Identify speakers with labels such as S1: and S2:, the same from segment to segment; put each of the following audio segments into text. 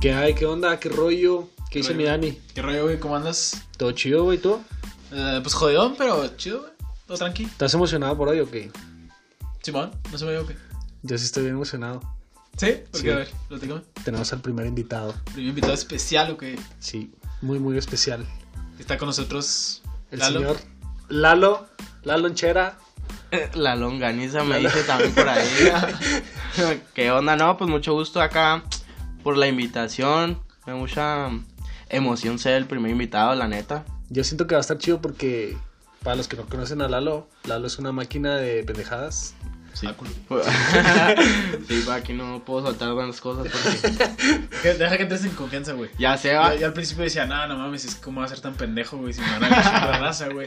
S1: ¿Qué hay? ¿Qué onda? ¿Qué rollo? ¿Qué dice
S2: rollo,
S1: mi
S2: güey?
S1: Dani?
S2: ¿Qué rollo, güey? ¿Cómo andas?
S1: ¿Todo chido, güey? ¿Todo?
S2: Eh, pues jodidón, pero chido, güey. Todo tranqui.
S1: ¿Estás emocionado por hoy o qué?
S2: Simón, no se me dio que.
S1: Yo sí estoy bien emocionado.
S2: ¿Sí? Porque,
S1: Sí.
S2: a ver, platícame.
S1: Tenemos al primer invitado.
S2: Primer invitado especial, ¿o qué?
S1: Sí, muy, muy especial.
S2: Está con nosotros.
S1: El
S2: Lalo.
S1: señor Lalo, Lalo Lonchera.
S3: La longaniza me dice también por ahí. ¿Qué onda? No, pues mucho gusto acá por la invitación. Me da mucha emoción ser el primer invitado, la neta.
S1: Yo siento que va a estar chido porque, para los que no conocen a Lalo, Lalo es una máquina de pendejadas.
S3: Sí.
S2: Ah, culo.
S3: sí, pa, aquí no puedo soltar buenas cosas porque
S2: Que- Deja que entres en confianza, güey.
S3: ya se va.
S2: Yo, yo al principio decía, no, no mames, es como va a ser tan pendejo, güey, si me van a echar la raza, güey.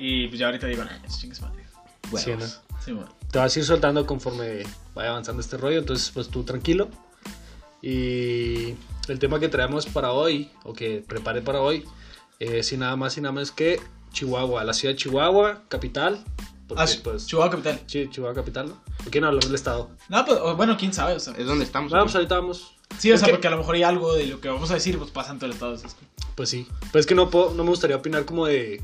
S2: Y pues ya ahorita digo, no, chingues madre.
S3: Huevos.
S1: Sí, ¿no?
S2: Simón.
S1: Te vas a ir soltando conforme vaya avanzando este rollo, entonces pues tú tranquilo. Y el tema que traemos para hoy, o que preparé para hoy, es y nada más y nada menos que Chihuahua, la ciudad de Chihuahua, capital. Porque,
S2: Ah,
S1: pues,
S2: Chihuahua Capital.
S1: sí, Chihuahua capital, ¿no? ¿Por qué no hablar del estado?
S2: No, pues, o- bueno, quién sabe, o sea.
S3: Es donde estamos. pues.
S1: Vamos,
S3: ¿no?
S1: ahorita vamos.
S2: Sí, o
S1: Es
S2: sea,
S1: que-
S2: porque a lo mejor hay algo de lo que vamos a decir, pues pasa en todo el estado. o sea, es que-
S1: Pues sí. Pues es que no, puedo- no me gustaría opinar como de,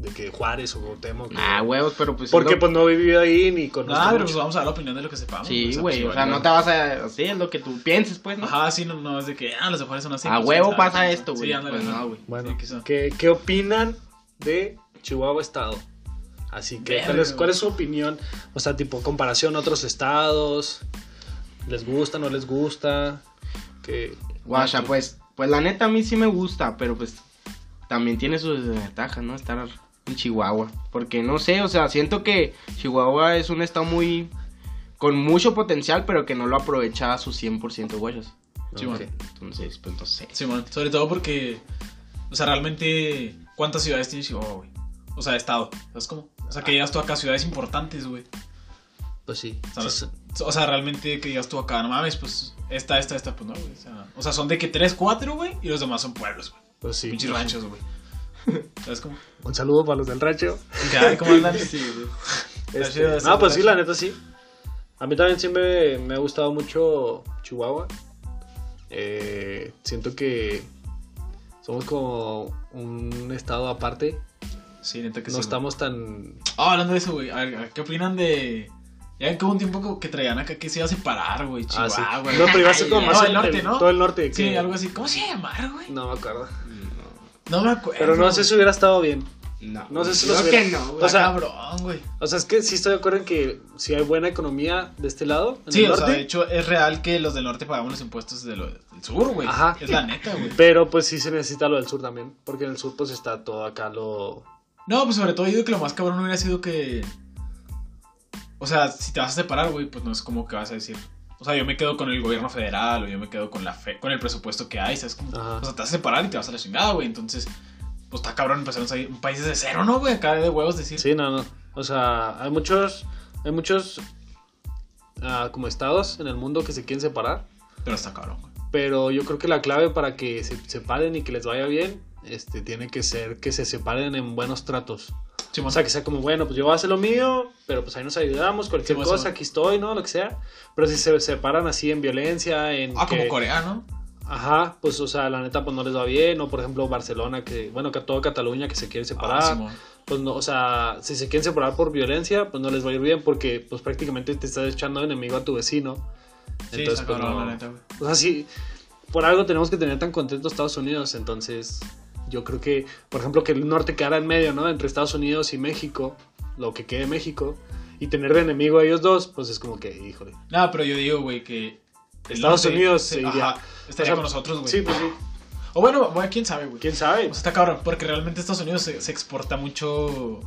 S1: de que Juárez o Temo.
S3: Ah, huevos, pero pues.
S1: porque
S3: siendo-
S1: pues no he vivido ahí ni conozco.
S2: Nada, pero pues
S1: mucho.
S2: vamos a dar la opinión de lo que sepamos.
S3: Sí,
S2: pues,
S3: güey.
S2: pues,
S3: O sea,
S2: igual,
S3: no te vas a. Sí, es lo que tú pienses, pues, ¿no?
S2: Ajá, sí, no, no, es de que, ah, los mejores son así.
S3: A
S2: pues,
S3: huevo
S2: quién sabe,
S3: pasa
S2: quién
S3: esto,
S2: sabe.
S3: güey.
S2: Sí, ándale,
S3: Pues,
S2: ¿no?
S3: no, güey.
S1: Bueno,
S2: Sí, quizá.
S1: ¿qué, qué opinan de Chihuahua Estado? Así que,
S2: Verga,
S1: ¿cuál es,
S2: güey.
S1: cuál es su opinión? O sea, tipo, comparación a otros estados. ¿Les gusta, no les gusta? Que
S3: Guacha, pues, pues la neta a mí sí me gusta, pero pues también tiene sus desventajas, ¿no? Estar en Chihuahua. Porque no sé, o sea, siento que Chihuahua es un estado muy... con mucho potencial, pero que no lo aprovecha a su 100% guayas.
S2: Chihuahua.
S3: Entonces, pues no sé.
S2: Simón, sobre todo porque, o sea, realmente, ¿cuántas ciudades tiene Chihuahua, güey? O sea, estado, ¿sabes cómo? O sea, que llegas tú acá a ciudades importantes, güey.
S1: Pues sí.
S2: O sea, no- O sea, realmente que llegas tú acá, no mames, pues esta, esta, esta, pues no, güey. O sea, o sea, son de que tres, cuatro, güey, y los demás son pueblos, güey.
S1: Pues sí.
S2: Pinches ranchos, güey. ¿Sabes cómo?
S1: Un saludo para los del rancho.
S2: ¿Qué hay? ¿Cómo andan? Está
S1: Este,
S2: chido, está
S1: no, pues sí,
S2: chido.
S1: la neta sí. A mí también siempre me ha gustado mucho Chihuahua. Eh, siento que somos como un estado aparte.
S2: Sí, neta que
S1: No
S2: sí, güey.
S1: estamos tan...
S2: Ah, hablando de eso, güey. A ver, a ver, ¿qué opinan de.? Ya ven que hubo un tiempo como que traían acá que se iba a separar, güey.
S1: Ah, sí.
S2: Chihuahua, güey.
S1: No, pero iba a ser como
S3: No,
S1: más
S2: el
S1: en
S2: norte, ¿no?
S1: Todo el norte.
S2: Sí,
S1: que-
S2: algo así. ¿Cómo se llamaba, güey?
S1: No me acuerdo.
S2: No me acuerdo.
S1: Pero no sé si hubiera estado bien.
S3: No,
S1: No sé si
S3: creo
S1: los hubiera-
S3: que no, güey.
S1: o
S2: O
S1: sea-
S2: sea, cabrón, güey.
S1: O sea, es que sí estoy de acuerdo en que si hay buena economía de este lado, en
S2: Sí,
S1: el
S2: o
S1: norte.
S2: sea, de hecho es real que los del norte pagamos los impuestos de lo- del sur, güey.
S1: Ajá.
S2: Es la neta, güey.
S1: Pero pues sí se necesita lo del sur también. Porque en el sur pues está todo acá lo...
S2: No, pues sobre todo yo digo que lo más cabrón hubiera sido que. O sea, si te vas a separar, güey, pues no es como que vas a decir. O sea, yo me quedo con el gobierno federal o yo me quedo con la fe, con el presupuesto que hay, ¿sabes? Como,
S1: Ajá.
S2: o sea, te vas a separar y te vas a la chingada, güey. Entonces, pues está cabrón empezar un- un país desde cero, ¿no, güey? Acá de huevos decir.
S1: Sí, no, no. O sea, hay muchos... Hay muchos... ah, como estados en el mundo que se quieren separar.
S2: Pero está cabrón, güey.
S1: Pero yo creo que la clave para que se separen y que les vaya bien... Este, tiene que ser que se separen en buenos tratos.
S2: Sí,
S1: O sea, que sea como, bueno, pues yo voy a hacer lo mío, pero pues ahí nos ayudamos, cualquier
S2: Sí, pues,
S1: cosa,
S2: sí.
S1: aquí estoy, ¿no? Lo que sea. Pero si se separan así en violencia, en...
S2: ah, como
S1: que-
S2: Corea, ¿no?
S1: Ajá, pues o sea, la neta pues no les va bien. O por ejemplo Barcelona, que, bueno, que todo Cataluña que se quiere separar.
S2: Ah, Simón.
S1: pues no, o sea, si se quieren separar por violencia, pues no les va a ir bien porque pues prácticamente te estás echando enemigo a tu vecino.
S2: Sí,
S1: Entonces,
S2: está
S1: pues,
S2: cabrón,
S1: no.
S2: la neta, güey.
S1: O sea, sí, por algo tenemos que tener tan contentos Estados Unidos. Entonces, yo creo que, por ejemplo, que el norte quedara en medio, ¿no? Entre Estados Unidos y México, lo que quede México, y tener de enemigo a ellos dos, pues es como que, híjole.
S2: No, pero yo digo, güey, que. el
S1: Estados
S2: norte-
S1: Unidos
S2: sí,
S1: se iría.
S2: Ajá, estaría
S1: O sea,
S2: con nosotros, güey.
S1: Sí, pues sí.
S2: O bueno, bueno, quién sabe, güey.
S1: ¿Quién sabe?
S2: O sea, está cabrón, porque realmente Estados Unidos se, se exporta mucho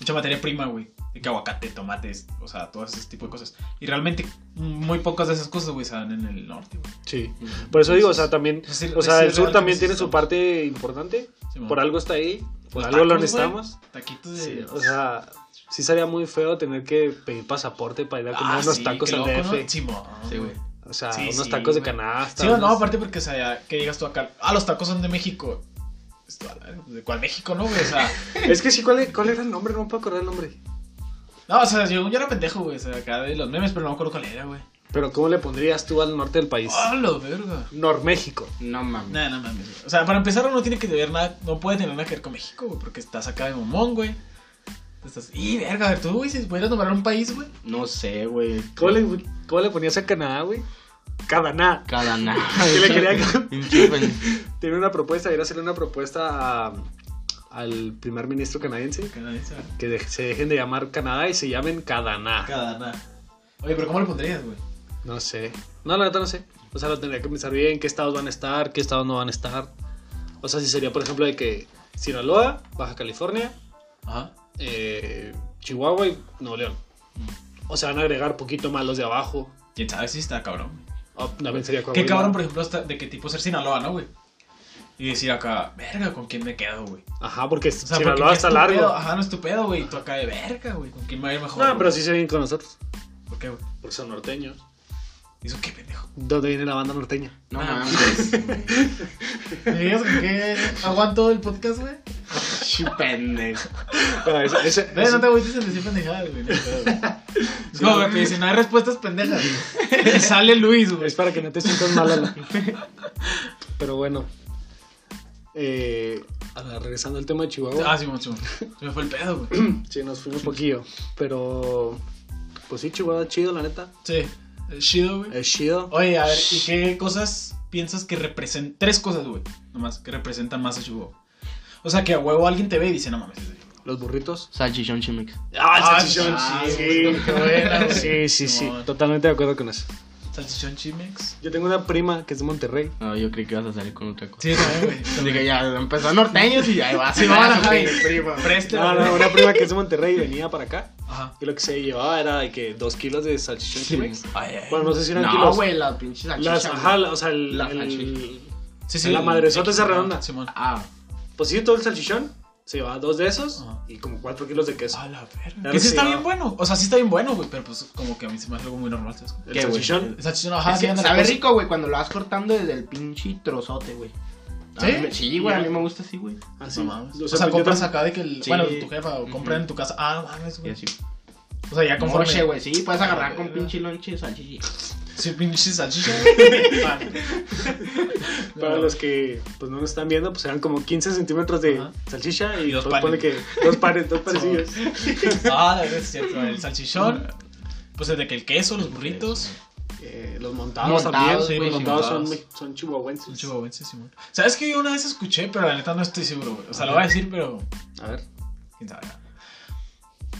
S2: mucha materia prima, güey. De que aguacate, tomates, o sea, todo ese tipo de cosas. Y realmente muy pocas de esas cosas, güey, se dan en el norte, güey.
S1: Sí. Por eso digo, o sea, también...
S2: Es decir,
S1: O
S2: es
S1: sea, el
S2: real
S1: sur
S2: que
S1: también tiene su
S2: necesitamos.
S1: parte importante.
S2: Simón.
S1: Por algo está ahí. Por algo
S2: Mm. Los
S1: lo
S2: tacos, güey,
S1: necesitamos.
S2: Taquitos de...
S1: Sí, o sea, sí sería muy feo tener que pedir pasaporte para ir a comer
S2: ah,
S1: unos
S2: sí,
S1: tacos
S2: qué
S1: al
S2: loco,
S1: DF.
S2: ¿no? Simón,
S3: Sí, güey.
S1: O sea,
S2: Sí,
S1: unos
S2: sí,
S1: tacos de
S2: güey.
S1: canasta.
S2: Sí, no, no,
S1: unos-
S2: aparte porque, o sea, ya que llegas tú acá. Ah, los tacos son de México. Esto, a la verga, ¿De cuál México, no, güey? O sea,
S1: Es que sí, ¿cuál, e- ¿cuál era el nombre? No me puedo acordar el nombre.
S2: no, o sea, yo, yo era pendejo, güey. O sea, acá de los memes, pero no me acuerdo cuál era, güey.
S1: Pero ¿cómo le pondrías tú al norte del país?
S2: ¡A la verga!
S1: Norméxico.
S3: No mames.
S2: Nada, no mames. güey. O sea, para empezar, no tiene que ver nada. No puede tener nada que ver con México, güey, porque estás acá de momón, güey. Estás. ¡Y verga! A ver, tú, güey, si pudieras nombrar un país, güey.
S3: No sé, güey.
S1: ¿Cómo le, cómo le ponías a Canadá, güey? Canadá.
S3: Cada nada.
S1: Yo le quería-
S3: Pinche pen-
S1: Tiene una propuesta, ir a hacerle una propuesta a- al primer ministro canadiense.
S2: Canadiense, güey.
S1: Que de- se dejen de llamar Canadá y se llamen Cadaná.
S2: Cada nada. Oye, pero ¿cómo lo pondrías, güey?
S1: No sé. No, la verdad no sé. O sea, lo tendría que pensar bien, qué estados van a estar, qué estados no van a estar. O sea, si sería, por ejemplo, de que Sinaloa, Baja California,
S2: Ajá.
S1: eh, Chihuahua y Nuevo León. O sea, van a agregar poquito más los de abajo.
S2: ¿Quién sabe si está cabrón, güey?
S1: Ah, también sería
S2: Qué
S1: Coahuila.
S2: cabrón, por ejemplo, hasta de qué tipo ser Sinaloa, ¿no, güey? Y decir acá, verga, ¿con quién me quedo, güey?
S1: Ajá, porque
S2: O sea, porque
S1: Sinaloa
S2: qué
S1: está
S2: estúpido, Ah,
S1: largo.
S2: Ajá, no es tu pedo, güey. Tú acá de verga, güey. ¿Con quién me va a ir mejor?
S1: No, pero
S2: güey?
S1: sí se vienen con nosotros.
S2: ¿Por qué, güey?
S1: Porque son norteños.
S2: ¿Y eso qué, pendejo?
S1: ¿Dónde viene la banda norteña?
S3: No
S2: Ah.
S3: mames.
S2: ¿Me digas con qué aguanto el podcast, güey?
S3: Pinche pendejo.
S1: No, ese- ese-
S2: Ve, Eh, no te agüites en decir pendejadas, güey. No, pedo, güey. no, güey, te dicen, no hay respuestas pendejas. güey. Y sale Luis, güey.
S1: Es para que no te sientas mal, Alan. Pero bueno. Eh, a la- regresando al tema de
S2: Ah,
S1: Chihuahua.
S2: sí, mucho. Se me fue el pedo, güey.
S1: Sí, nos fuimos un poquillo. Pero. Pues sí, Chihuahua es chido, la neta.
S2: Sí, es chido, güey.
S1: Es chido.
S2: Oye, a ver, ¿y qué cosas piensas que representan? Tres cosas, güey, nomás, que representan más a Chihuahua. O sea, que a huevo alguien te ve y dice, no mames, es de Chihuahua.
S1: Los burritos.
S3: Salchichón chimex.
S2: Ah,
S1: salchichón,
S2: sí,
S1: sí,
S2: qué buena, güey.
S1: Sí, sí, sí.
S2: Simón.
S1: Totalmente de acuerdo con eso.
S2: Salchichón Chimex.
S1: Yo tengo una prima que es de Monterrey.
S3: No, yo creí que ibas a salir con otra cosa.
S2: Sí, también, güey.
S3: Dije, ya empezó norteños y ahí va.
S2: Sí,
S3: va,
S2: van a Javi.
S3: prima.
S2: Preste,
S1: No, no,
S2: güey.
S1: una prima que es de Monterrey y venía para acá.
S2: Ajá.
S1: Y lo que se llevaba era de que dos kilos de salchichón
S3: Sí.
S1: Chimex.
S2: Ay, ay.
S1: Bueno, no sé si eran
S3: No,
S1: kilos.
S3: güey, las pinches salchichas.
S1: Las, ajá, la- o sea, el-
S3: La
S1: el-
S3: salchicha.
S2: sí,
S1: la
S2: el-
S1: madresota
S2: X,
S1: esa
S2: Simón,
S1: redonda.
S2: Simón.
S3: Ah,
S1: Pues sí, todo el salchichón. Se llevaba dos de esos
S2: Ajá.
S1: y como cuatro kilos de queso.
S2: A la verga.
S1: Claro
S2: Que sí
S1: que
S2: está
S1: sí,
S2: bien
S1: va.
S2: bueno. O sea, sí está bien bueno, güey, pero pues como que a mí se me hace algo muy normal, ¿sabes?
S1: el
S3: qué, güey.
S1: salchichón.
S2: Salchichón, ajá,
S3: es que
S2: sí, ándale,
S3: sabe
S2: pues.
S3: rico, güey, cuando lo vas cortando desde el pinche trozote, güey. A
S2: ¿Sí?
S3: mí me- Sí, güey, a mí me gusta así, güey.
S1: Así.
S2: No mames.
S1: O
S2: O
S1: sea,
S2: sea,
S1: yo
S2: compras
S1: tam-
S2: acá de que el.
S3: Sí.
S2: Bueno, tu jefa, o compran
S3: Ujú.
S2: en tu casa. Ah, no mames,
S3: Y
S2: güey.
S3: así.
S2: O sea, ya conforme.
S3: Morche, güey, sí, puedes agarrar con pinche lonche de salchicha.
S2: Sí, pinche salchicha. güey. Vale.
S1: Para los que pues, no nos están viendo, pues eran como 15 centímetros de
S2: Ajá.
S1: salchicha y,
S2: Y dos
S1: pues, ponle que
S2: panes.
S1: dos pares, dos parecillos.
S2: Ah, la verdad es cierto. El salchichón. Pues desde que el queso, los burritos.
S1: Eh, los montados, también.
S3: Montados, sí,
S1: los
S3: sí,
S1: montados son,
S2: montados.
S1: me- son chihuahuenses.
S2: Un chihuahuense, Simón. ¿Sabes que yo una vez escuché, pero la neta no estoy seguro, güey? O sea, lo voy a decir, pero.
S1: A ver.
S2: Quién sabe.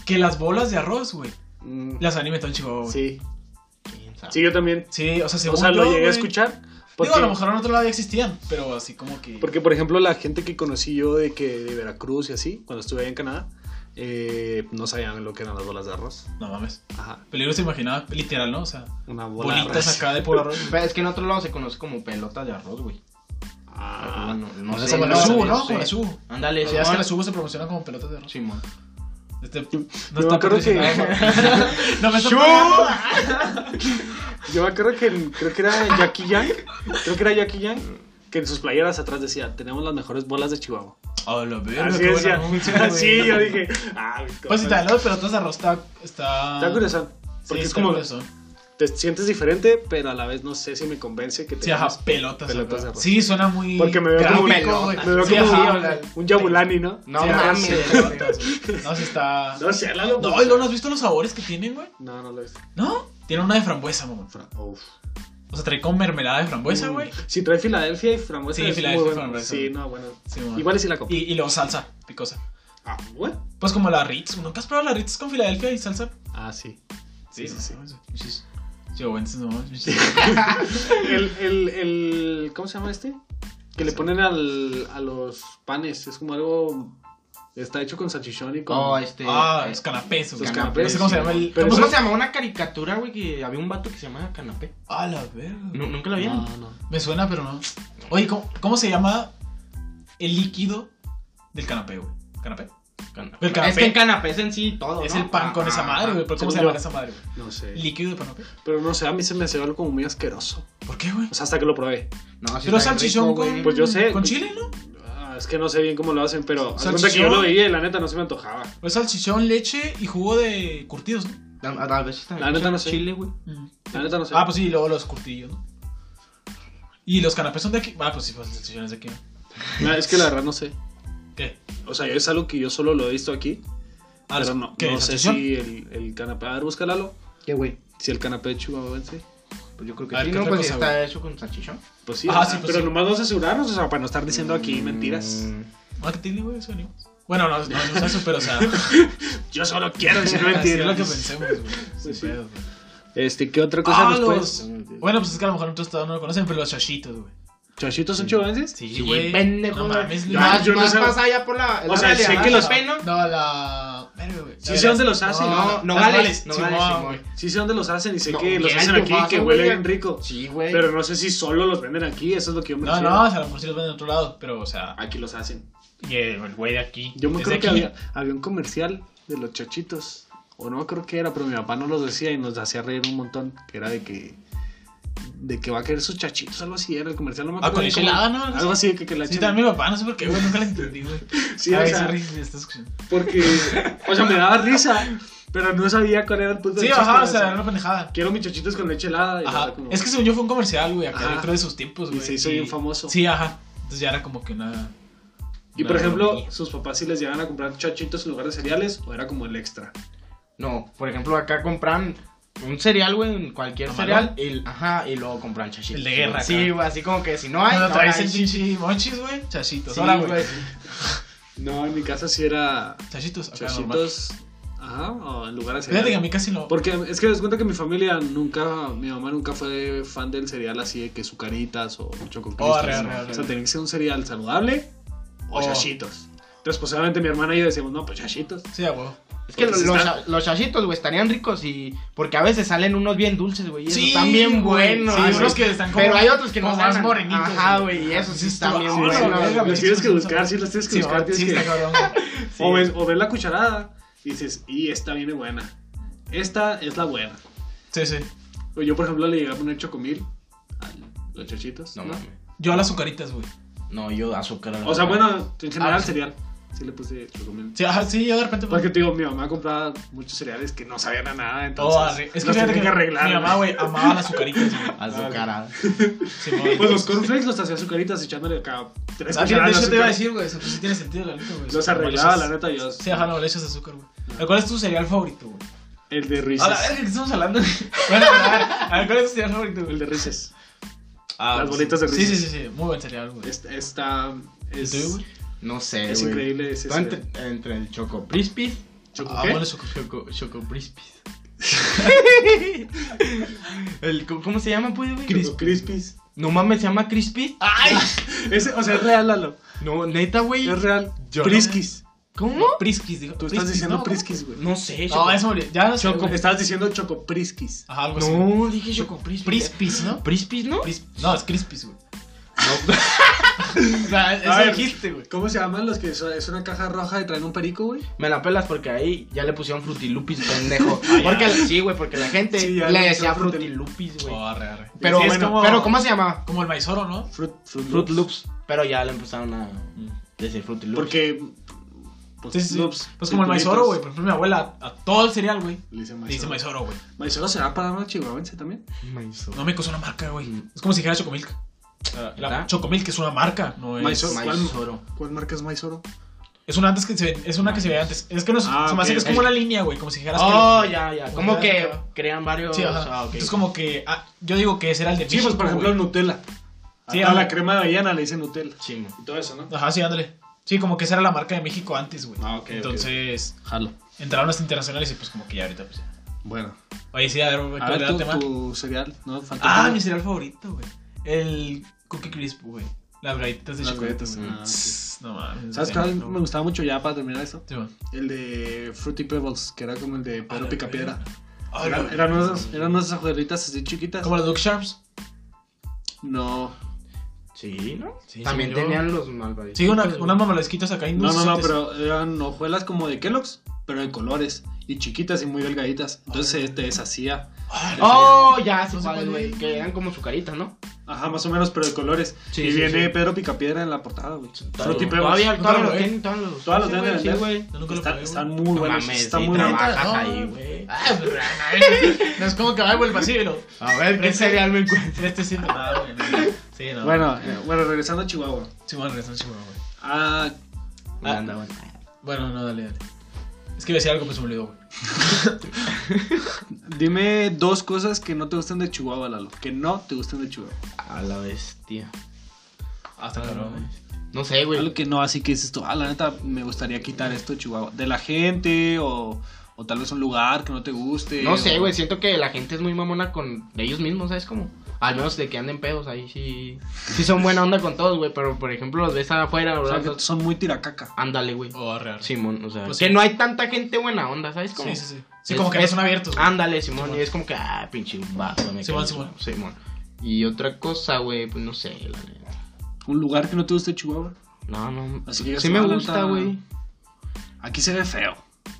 S2: Que las bolas de arroz, güey.
S1: Mm,
S2: Las han inventado en Chihuahua, güey. Sí.
S1: sí. Sí, yo también.
S2: Sí, o sea, según
S1: O sea, lo
S2: yo,
S1: llegué a
S2: güey,
S1: escuchar. Porque,
S2: Digo, a lo mejor en otro lado ya existían, pero así como que.
S1: porque, por ejemplo, la gente que conocí yo de que de Veracruz y así, cuando estuve ahí en Canadá, eh, no sabían lo que eran las bolas de arroz.
S2: No mames.
S1: Ajá.
S2: Peligro se imaginaba, literal, ¿no? O sea,
S1: Una bola de
S2: bolitas
S1: arroz.
S2: acá de puro arroz.
S3: Pero es que en otro lado se conoce como pelota de arroz, güey.
S1: Ah,
S3: no, no
S1: Pues
S3: sé.
S2: Como
S1: no
S2: la subo,
S1: sabía,
S2: ¿no? Como la subo. Pues
S3: Ándale,
S2: Ya es que
S3: Simón.
S2: la subo se promociona como pelotas de arroz.
S3: Simón.
S2: Este,
S1: me acuerdo que-
S2: patrocinado, pa- No me está
S3: ¡Shoo!
S2: pagando.
S1: Yo me acuerdo que el- creo que era Jackie Yang, creo que era Jackie Yang, que en sus playeras atrás decía, tenemos las mejores bolas de Chihuahua.
S2: A la verga,
S1: Así
S2: qué buena
S1: decía.
S2: anuncio, güey.
S1: Así yo dije, ah, mi
S2: Pues ah, si
S1: cosa".
S2: te dan los pelotas de arroz, está. Está,
S1: Está curioso. Porque es como,
S2: eso.
S1: te sientes diferente, pero a la vez no sé si me convence que te
S2: Sí, ajá,
S1: Pelotas
S2: pelotas,
S1: de
S2: de
S1: arroz.
S2: arroz. Sí, suena muy.
S1: Porque me veo como
S2: gráfico,
S3: pelota.
S2: güey.
S1: me veo
S2: Sí,
S1: como
S2: ajá,
S1: un-
S2: la-
S1: un yabulani, ¿no?
S3: No
S2: Sí, ajá, sí,
S3: mames.
S2: pelotas, güey. No, sí está.
S1: No sé, Lalo.
S2: No, y luego, ¿no has visto los sabores que tienen, güey?
S1: No, no lo es.
S2: ¿No? Tiene una de frambuesa, mamón.
S1: Uf.
S2: O sea, trae con mermelada de frambuesa,
S1: Mm.
S2: güey.
S1: Sí, trae Filadelfia y frambuesa.
S2: Sí,
S1: es muy
S2: Filadelfia y
S1: bueno.
S2: frambuesa.
S1: Sí, no, bueno.
S2: Sí, mamón.
S1: Igual y si la compro.
S2: Y, y luego salsa picosa.
S1: Ah, bueno.
S2: Pues como la Ritz. ¿Nunca has probado la Ritz con Filadelfia y salsa?
S1: Ah, sí. Sí, sí, sí.
S2: sí. Yo, bueno, no mames.
S1: El, el, el, ¿cómo se llama este? Que le ponen al, a los panes, es como algo, está hecho con salchichón y con...
S3: Oh, este.
S2: Ah,
S3: eh,
S2: los canapés. güey.
S1: Los
S2: No
S1: canapés,
S2: sé cómo se llama el.
S1: Pero
S2: ¿cómo
S3: ¿Cómo
S2: se
S1: eso-
S3: se llama una caricatura, güey? Que había un vato que se llamaba Canapé.
S2: llama? A la verga.
S3: Nu- ¿Nunca lo
S2: Ah.
S3: vieron?
S1: no, no.
S2: Me suena, pero no. Oye, ¿cómo, cómo se llama el líquido del canapé, güey? ¿Canapé?
S3: Canapé.
S2: El canapé.
S3: Es que en Canapé es en sí todo.
S2: Es
S3: ¿no?
S2: el pan con
S3: Ah,
S2: esa madre, güey. ¿Pero
S1: según
S2: cómo se llama
S1: yo.
S2: esa madre, güey?
S1: No sé.
S2: ¿Líquido de canapé?
S1: Pero no sé, a mí se me hace algo como muy asqueroso.
S2: ¿Por qué, güey?
S1: O sea, hasta que lo probé.
S3: No, sí
S2: Pero
S3: está bien
S2: salchichón
S3: rico,
S2: con.
S3: güey.
S1: Pues yo sé.
S2: Con chile, ¿no?
S1: Ah, es que no sé bien cómo lo hacen, pero... Al
S2: ¿Salchichón?
S1: que yo lo veía y la neta no se me antojaba.
S2: Pues salchichón, leche y jugo de curtidos, ¿no?
S3: A, a veces
S1: La
S3: también
S1: neta
S3: usan
S1: no sé.
S3: chile, güey.
S1: La neta no sé.
S2: Ah, pues sí, y luego los curtillos, ¿no? Y los canapés son de aquí. Ah, pues sí, pues las instituciones de aquí. ¿no?
S1: Ah, Es que la verdad no sé.
S2: ¿Qué?
S1: O sea, es algo que yo solo lo he visto aquí.
S2: Ah,
S1: pero
S2: los-
S1: no,
S2: ¿qué?
S1: no
S2: ¿La
S1: sé
S2: institución?
S1: si el, el canapé. A ver, búscalalo.
S3: ¿Qué, güey?
S1: Si el canapé de chihuahuense.
S3: Pues yo creo que
S2: A ver,
S3: sí,
S2: ¿qué
S3: ¿no?
S2: otra
S3: Pues
S2: cosa,
S3: está
S2: güey?
S3: hecho con salchichón.
S1: Pues sí,
S2: Ah,
S1: o sea,
S2: sí, pues
S1: pero
S2: sí.
S1: nomás vamos a asegurarnos, o sea, para no estar diciendo aquí mentiras.
S3: Mm,
S2: Ah, que tiene, güey, eso ni- Bueno, no, no, no es eso, pero o sea.
S1: Yo solo quiero decir
S2: así es lo
S1: mentiras.
S2: que pensemos, güey. Sin
S1: sí.
S2: pedos, güey.
S1: Este, ¿qué otra cosa
S2: Ah,
S1: nos
S2: los-
S1: puedes?
S2: Bueno, pues es que a lo mejor en otro estado no lo conocen, pero los chachitos, güey.
S1: ¿Chachitos son chihuahuenses?
S2: Sí,
S3: Sí, pendejo.
S2: No
S3: güey.
S2: mames,
S1: Ya,
S2: no.
S3: más,
S1: yo no
S3: más
S1: sé-
S3: pasa allá por la.
S1: O sea,
S3: Órale,
S1: sé
S3: abajo
S1: que los-
S3: también, ¿no?
S2: No, la. Verga, güey.
S1: Sí sé dónde los hacen,
S3: No,
S2: no, Nogales,
S3: Nogales. Nogales,
S2: Simón,
S3: Simón.
S2: güey.
S1: Sí sé dónde los hacen y sé
S3: No,
S1: que los
S3: bien,
S1: hacen aquí y
S3: tufazo,
S1: que huele
S3: güey.
S1: bien rico.
S3: Sí, güey.
S1: Pero no sé si solo los venden aquí, eso es lo que yo me
S2: No,
S1: refiero.
S2: no, o sea, a lo mejor sí los venden en otro lado, pero o sea.
S1: Aquí los hacen.
S2: Y el el güey de aquí.
S1: Yo me
S2: es
S1: acuerdo
S2: de
S1: que
S2: aquí.
S1: había, había un comercial de los chachitos. O no creo que era, pero mi papá no los decía y nos hacía reír un montón. Que era de que. De que va a caer sus chachitos, algo así. Era el comercial, no me
S2: Ah,
S1: acuerdo.
S2: con
S1: bien cómo-
S2: enchilada, ¿no? Algo
S1: Algo así de que, que la
S2: Sí,
S1: echen-
S2: también mi papá, no sé por qué, güey, nunca lo entendí, güey.
S1: Sí, o
S2: Ay,
S1: sea,
S2: sorry, me estás escuchando.
S1: Porque. O sea, me daba risa. Pero no sabía cuál era el punto
S2: Sí,
S1: del chiste,
S2: ajá, o
S1: o sea,
S2: sea, era una pendejada.
S1: Quiero mis chachitos con leche helada. y
S2: Ajá.
S1: era como-
S2: Es que según yo fue un comercial, güey, acá
S1: Ajá.
S2: dentro de sus tiempos,
S1: Y
S2: güey.
S1: se hizo bien famoso.
S2: Sí, ajá. Entonces ya era como que una.
S1: Y
S2: una
S1: por ejemplo,
S2: bromilla.
S1: sus papás sí les llegaban a comprar chachitos en lugar de cereales o era como el extra.
S3: No, por ejemplo, acá compran un cereal, güey, en cualquier
S2: ¿Amalón?
S3: cereal. El, ajá, y luego compran chachitos.
S2: El de guerra,
S3: Sí,
S2: acá.
S3: güey, así como que si no hay.
S2: Cuando
S3: no
S2: traes
S3: hay.
S2: el chichi monchis, güey, chachitos.
S3: Sí,
S2: Ahora,
S3: güey.
S2: güey.
S1: No, en mi casa sí era
S2: Chachitos, acá normal.
S1: chachitos. Ajá, o en lugar de
S2: Fíjate que a
S1: cereales.
S2: mí casi no.
S1: Porque es que les cuento que mi familia nunca, mi mamá nunca fue fan del cereal así de que sucaritas o choco
S2: Oh, arre,
S1: Cristas,
S2: arre,
S1: ¿no?
S2: arre.
S1: O sea, tenía que ser un cereal saludable o
S2: Oh.
S1: chachitos. Entonces, pues obviamente mi hermana y yo decíamos, no, pues chachitos.
S2: Sí, a huevo.
S3: Es que
S1: Porque
S3: los,
S1: si está-
S3: los chachitos, güey, estarían ricos y. Porque a veces salen unos bien dulces, güey. Y esos
S2: Sí,
S3: están bien
S2: güey.
S3: buenos.
S2: Sí,
S3: güey.
S2: unos que están como-
S3: Pero hay otros que no
S2: como
S3: saben.
S2: más morenitos,
S3: Ajá,
S2: güey.
S3: güey. Y esos sí
S2: Sí,
S3: están
S2: está-
S3: bien
S2: ah, la
S3: buenos.
S2: verga,
S3: güey.
S1: Los tienes que
S2: chachitos son
S1: buscar, sí, los tienes que
S2: Sí,
S1: buscar.
S2: sí,
S1: tienes que-
S2: está cabrón. güey.
S1: O, ves, o ves la cucharada y dices, y esta viene buena. Esta es la buena.
S2: Sí, sí.
S1: O Yo, por ejemplo, le llegué a poner chocomil a los chachitos.
S3: No
S1: ¿no?
S3: mames.
S2: Yo a las azucaritas, güey.
S3: No, yo azúcar. a la
S1: O sea,
S3: verdad.
S1: bueno, en general
S3: Ah, sí.
S1: cereal. Sí le puse chocomil.
S2: Sí, ajá, sí, yo de repente. pues,
S1: Porque te digo, mi mamá compraba muchos cereales que no sabían a nada, entonces
S2: Oh, arre. Es que
S1: los tenía
S2: fíjate que
S1: que arreglar.
S2: mi mamá, güey, amaba las azucaritas, güey.
S3: Azucarada.
S2: Simón.
S1: Pues los cornflakes los hacía azucaritas echándole acá tres
S2: Ah, fíjate,
S1: cucharadas
S2: de hecho
S1: de
S2: te iba
S1: azúcar.
S2: a decir, güey, eso sí tiene sentido, la neta, güey.
S1: Los arreglaba, la neta, yo.
S2: Sí, ajá, no, le echas azúcar, güey. ¿Cuál es tu cereal favorito, güey?
S1: El de
S2: A la
S1: Reese's.
S2: verga, ¿qué estamos hablando? Bueno, a ver, a ver, ¿cuál es tu cereal favorito,
S1: El
S2: güey?
S1: de Reese's.
S2: Ah,
S1: las
S2: pues,
S1: bolitas de
S2: Sí, sí,
S1: Reese's.
S2: sí, sí, muy buen cereal, güey.
S1: Es- Está.
S2: ¿El
S1: Es,
S2: tuyo, güey?
S3: No sé,
S1: es
S3: Eh, güey.
S1: increíble ese.
S3: Está entre, entre el Choco Prispis.
S1: ¿Choco
S2: Ah,
S1: qué?
S2: bueno, eso, creo.
S3: Choco, Choco Prispis. El- ¿Cómo se llama, pues, güey?
S1: Choco Crispies.
S3: No mames, se llama Crispis.
S2: ¡Ay!
S1: Ese, o sea, es real, Lalo.
S3: No, neta, güey.
S1: Es real.
S3: Yo no-
S1: Priskis.
S3: ¿Cómo?
S2: Priskis, digo.
S1: Tú estás
S2: Priskis,
S1: diciendo
S2: ¿no?
S1: Priskis, güey.
S3: No sé,
S2: No, eso me olvidé. Ya no sé,
S1: Choco-
S2: güey.
S1: Estabas diciendo Choco Priskis.
S2: Ajá, algo así.
S3: No, dije Choco Prispis.
S2: Prispis, ¿no?
S3: ¿Prispis, no?
S2: Pris- No, es Crispis, güey. O sea,
S1: A
S2: eso
S1: ver.
S2: dijiste, güey.
S1: ¿Cómo se llaman los que son- es una caja roja y traen un perico, güey?
S3: Me la pelas porque ahí ya le pusieron frutilupis, pendejo.
S2: Ah, ya.
S3: porque sí, güey, porque la gente
S1: Sí, ya
S3: le
S1: le
S3: decía
S1: pusieron
S3: frutilupis, güey.
S2: Oh, arre, arre.
S3: pero
S2: Sí, es
S3: bueno,
S2: como-
S3: pero ¿cómo se llamaba?
S2: Como el maizoro, ¿no?
S1: Fruit, Fruit
S3: Fruit Loops. Pero ya le empezaron a decir frutilupis.
S1: Porque.
S2: Sí, sí, sí.
S1: Loops,
S2: Pues como el maizoro, güey. Por ejemplo, mi abuela a todo el cereal, güey.
S1: Le dicen
S2: Le dice
S1: maizoro.
S2: maizoro, güey.
S1: ¿Maizoro será para una chihuahuense también?
S3: Maizoro.
S2: No me costó una marca, güey. Es como si dijera Chocomilk. La
S3: ¿Verdad? Ah,
S2: Chocomilk es una marca, no es.
S1: Pues Maizoro.
S3: Maizoro.
S1: ¿Cuál marca es Maizoro?
S2: Es una antes que se ve- es una que se ve antes. Es que no es-
S1: Ah,
S2: se me hace
S1: ok,
S2: que es como
S1: ok.
S2: una línea, güey, como si dijeras
S3: Oh,
S2: que
S3: ya, ya. Como
S2: Ya,
S3: que
S2: ya.
S3: crean varios.
S2: Sí, ajá.
S3: ah, ok.
S2: Entonces como que ah, yo digo que ese era el de
S1: Sí, pues
S2: México,
S1: por ejemplo
S2: güey.
S1: Nutella.
S2: Sí,
S1: a
S2: ah,
S1: la crema de avellana le dicen Nutella.
S3: Chimo.
S1: Y todo eso, ¿no?
S2: Ajá, sí, ándale. Sí, como que esa era la marca de México antes, güey.
S1: Ah, ok, ok.
S2: Entonces,
S1: Jalo.
S2: entraron las internacionales y pues como que ya ahorita pues. ya.
S1: Bueno.
S2: Oye, sí, a ver, güey,
S1: A
S2: ¿cuál
S1: ver,
S2: era el
S1: Pues, tu,
S2: tema?
S1: tu cereal, ¿no? Falta
S2: Ah,
S1: uno.
S2: mi cereal favorito, güey. El Cookie Crisp, güey. Las galletas de
S1: Las
S2: chocolate.
S1: galletas,
S2: güey.
S1: ah, ok.
S2: Tss, No mames.
S1: ¿Sabes
S2: no
S1: cuál
S2: sé,
S1: me gustaba mucho ya para terminar esto?
S2: Sí, güey.
S1: El de Fruity Pebbles, que era como el de
S2: Ah,
S1: Pedro
S2: la
S1: Picapiedra.
S2: verga. Ay,
S1: Eran,
S2: güey.
S1: eran, unas, eran unas ajuelitas así chiquitas.
S2: Como los Duck Sharps.
S1: No.
S3: Sí, ¿no?
S2: Sí,
S3: También
S2: según yo.
S3: tenían los malvaditos.
S2: Sí, una, unas mamalasquitas acá
S1: No, no, no,
S2: indulzotes.
S1: pero eran hojuelas como de Kellogg's, pero de colores. Y chiquitas y muy delgaditas. Entonces se te deshacía.
S2: Ay,
S3: Oh, ya, sí,
S2: No sé
S3: cuál,
S2: cuál
S3: güey.
S2: es.
S3: Que eran como su carita, ¿no?
S4: Ajá, más o menos, pero de colores.
S3: Sí,
S4: y
S3: sí,
S4: viene
S3: sí.
S4: Pedro Picapiedra en la portada, güey. Fruity Pebbles.
S3: Todavía,
S4: Nunca
S3: todavía
S4: lo
S3: los
S4: ve.
S3: tienen, todavía los
S4: Todavía los
S3: sí,
S4: deben de
S3: güey, Sí, güey.
S4: vender.
S2: Yo nunca lo
S4: Están,
S2: probé,
S4: están
S2: güey.
S4: muy
S3: No
S4: buenos.
S3: mames,
S4: están
S3: sí,
S4: muy buenos.
S3: trabajas
S2: No,
S3: ahí, güey.
S2: Ah, pues, no, No es como que va el vacío este y lo-
S3: A ver, ¿qué cereal me encuentro?
S2: No estoy haciendo nada, güey. no. Sí, no.
S1: Bueno, eh, bueno, regresando a Chihuahua.
S2: Sí, bueno, regresando a Chihuahua, güey.
S1: Ah,
S2: Ah.
S3: Anda, bueno.
S2: Bueno, no, dale, dale. Es que iba a decir algo, pero se me olvidó, güey.
S1: dime dos cosas que no te gustan de Chihuahua, Lalo. Que no te gustan de Chihuahua.
S3: A la bestia.
S2: Hasta cabrón, güey.
S3: No sé, güey.
S1: Algo que no, así que dices tú, ah, la neta, me gustaría quitar esto de Chihuahua. De la gente o, o tal vez un lugar que no te guste.
S3: No sé,
S1: o-
S3: güey. Siento que la gente es muy mamona con ellos mismos, ¿sabes cómo? Al menos de que anden pedos ahí, sí. Sí son buena onda con todos, güey. Pero, por ejemplo, los ves afuera,
S1: O sea,
S3: ¿verdad?
S1: que son muy tiracaca.
S3: Ándale, güey.
S2: O arrear.
S3: Simón, o sea.
S2: Pues
S3: que
S2: sí.
S3: no hay tanta gente buena onda, ¿sabes cómo? Ah,
S2: Sí, sí, sí. Sí, como que no son abiertos, güey.
S3: Ándale, Simón,
S2: Simón.
S3: y es como que, ah, pinche vato. me
S2: Simón,
S3: cae.
S2: Simón.
S3: Simón. Y otra cosa, güey, pues no sé, la neta.
S1: Un lugar que no te guste de Chihuahua.
S3: No, no.
S1: Así que ya
S3: sí
S1: se
S3: me
S1: va, la
S3: gusta,
S1: neta.
S3: güey.
S1: Aquí se ve feo.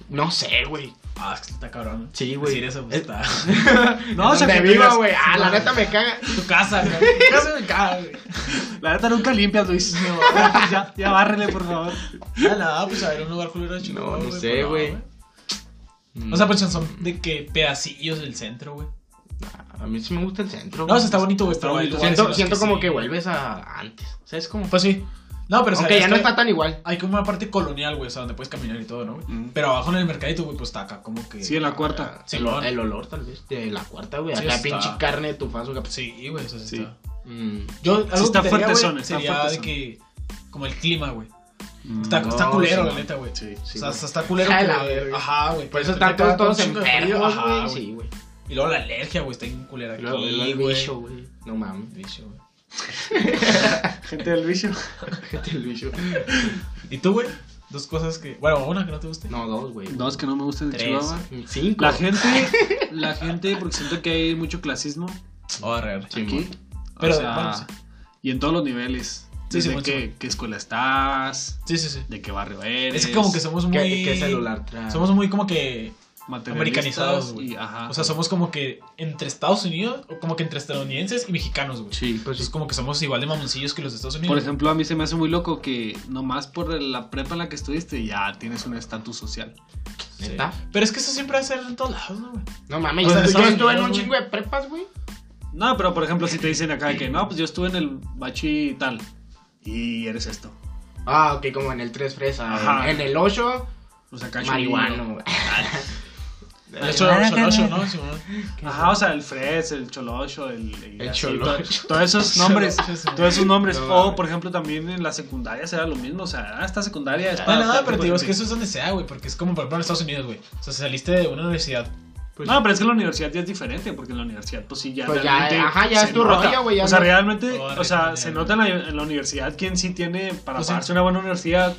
S3: No sé, güey.
S2: Ah, es que está cabrón.
S3: Sí, güey.
S2: Decir eso, pues,
S3: Eh.
S2: está.
S1: No, o sea,
S3: Donde
S1: que
S3: viva,
S1: digas-
S3: güey. Ah, la
S2: no,
S3: neta
S2: güey.
S3: me caga.
S2: Tu casa, güey. Tu casa me caga, güey.
S1: La neta nunca limpias, Luis. ya, ya bárrele, por favor.
S2: Ah, nada, pues a ver, un lugar culero de
S3: No,
S2: Chihuahua,
S3: no
S2: güey,
S3: sé,
S2: pues, no,
S3: güey.
S2: O sea, pues son de que pedacillos del centro, güey.
S3: Mm, a mí sí me gusta el centro.
S2: No, o
S3: güey.
S2: sea, está bonito, güey. Está
S1: Pero
S2: bonito.
S1: siento-
S2: güey,
S3: Siento,
S2: sí,
S3: siento
S2: sí,
S3: como
S2: sí.
S3: que vuelves a antes. ¿Sabes cómo?
S2: Pues sí. No, pero o sea,
S3: Aunque ya no
S2: estoy-
S3: está tan igual.
S2: Hay como una parte colonial, güey, o sea, donde puedes caminar y todo, ¿no, güey?
S1: Mm.
S2: Pero abajo en el mercadito, güey, pues está acá, como que.
S1: Sí, en la cuarta.
S2: Sí,
S3: Ah, el,
S2: lo-
S3: el olor, tal vez. De la cuarta, güey.
S2: Sí,
S3: Acá
S2: está.
S3: pinche carne de tufazo. acá, pues,
S2: Sí, güey, o sea, sí
S1: Sí.
S2: está.
S3: mm,
S2: Yo, algo
S1: está
S2: que fuerte
S1: fuertezón, está
S2: sería de
S1: fuertezón.
S2: que. Como el clima, güey.
S1: Mm.
S2: Está,
S3: no,
S2: está culero,
S3: sí,
S2: la
S3: no.
S2: neta, güey.
S1: Sí,
S2: o
S3: sí,
S2: sea,
S3: güey.
S2: está culero.
S3: Ay,
S2: que-
S3: la verga.
S2: Ajá, güey.
S3: Por
S2: que
S3: eso
S2: te
S3: están
S2: toca
S3: todos,
S2: con un
S3: todos
S2: chingo de frío,
S3: enfermos,
S2: ajá,
S3: güey. Sí, güey.
S2: Y luego la alergia, güey, está bien culera.
S3: Y luego
S2: aquí,
S3: el
S2: güey.
S3: bicho, güey. No mames.
S2: Bicho, güey.
S1: Gente del vicio.
S3: El bicho.
S2: ¿Y tú, güey? Dos cosas que. Bueno, una que no te guste.
S3: No, dos, güey.
S1: Dos que no me gustan de
S2: Tres.
S1: Chihuahua.
S3: Cinco.
S1: La gente, la gente, porque siento que hay mucho clasismo
S2: Oh, arrear.
S3: Sí,
S1: aquí.
S2: Pero,
S1: Pero, o sea,
S2: bueno, sí.
S1: y en todos los niveles.
S2: Sí,
S1: Desde
S2: sí, mucho.
S1: qué, qué escuela estás,
S2: Sí, sí, sí.
S1: de qué barrio eres.
S2: Es que como que somos
S3: ¿Qué,
S2: muy.
S3: qué celular trae?
S2: Somos muy como que.
S1: materialistas
S2: americanizados, güey.
S1: y- Ajá.
S2: O sea, somos como que entre Estados Unidos, o como que entre estadounidenses y mexicanos, güey.
S1: sí.
S3: Pues
S2: Es
S3: sí.
S2: como que somos igual de mamoncillos que los de Estados Unidos.
S1: Por ejemplo, a mí se me hace muy loco que nomás por la prepa en la que estuviste ya tienes un estatus social.
S2: Sí.
S3: ¿Neta?
S2: Pero es que eso siempre va a ser en todos lados, ¿no, güey?
S3: No mames.
S2: O sea,
S3: yo- yo
S2: Estados
S3: estuve en
S2: Unidos,
S3: un
S2: güey.
S3: chingo de prepas, güey.
S1: No, pero por ejemplo, si te dicen acá de que no, pues yo estuve en el bachi tal y eres esto.
S3: Ah, ok, como en el 3 fresa.
S1: Ajá.
S3: En, en el 8,
S1: O sea, acá
S3: marihuano. güey.
S2: De hecho, Solocho, ¿no? Simón.
S1: Ajá, o sea, el Fres, el Cholocho, el... El,
S3: El
S1: así,
S3: Cholocho.
S1: to- Todos esos nombres,
S2: Cholocho, sí.
S1: todos esos nombres.
S3: No,
S1: o,
S3: mames.
S1: por ejemplo, también en las secundarias era lo mismo, o sea, ah, esta secundaria es
S2: Bueno,
S1: tal
S2: nada, pero
S1: tipo
S2: te digo,
S1: de
S2: es que
S1: gente.
S2: eso es donde sea, güey, porque es como, por ejemplo, en Estados Unidos, güey. O sea, si saliste de una universidad. pues,
S1: No, pero es que en la universidad ya es diferente, porque en la universidad, pues sí, ya
S3: Pues ya,
S1: realmente
S3: ajá, ya
S1: se
S3: es tu
S1: nota.
S3: rollo, güey, ya
S1: O sea,
S3: no-
S1: realmente,
S2: Oh,
S1: o sea,
S2: realmente,
S1: se
S2: ya.
S1: nota en la, en la universidad quién sí tiene para
S2: Pues sí.
S1: pagarse una buena universidad,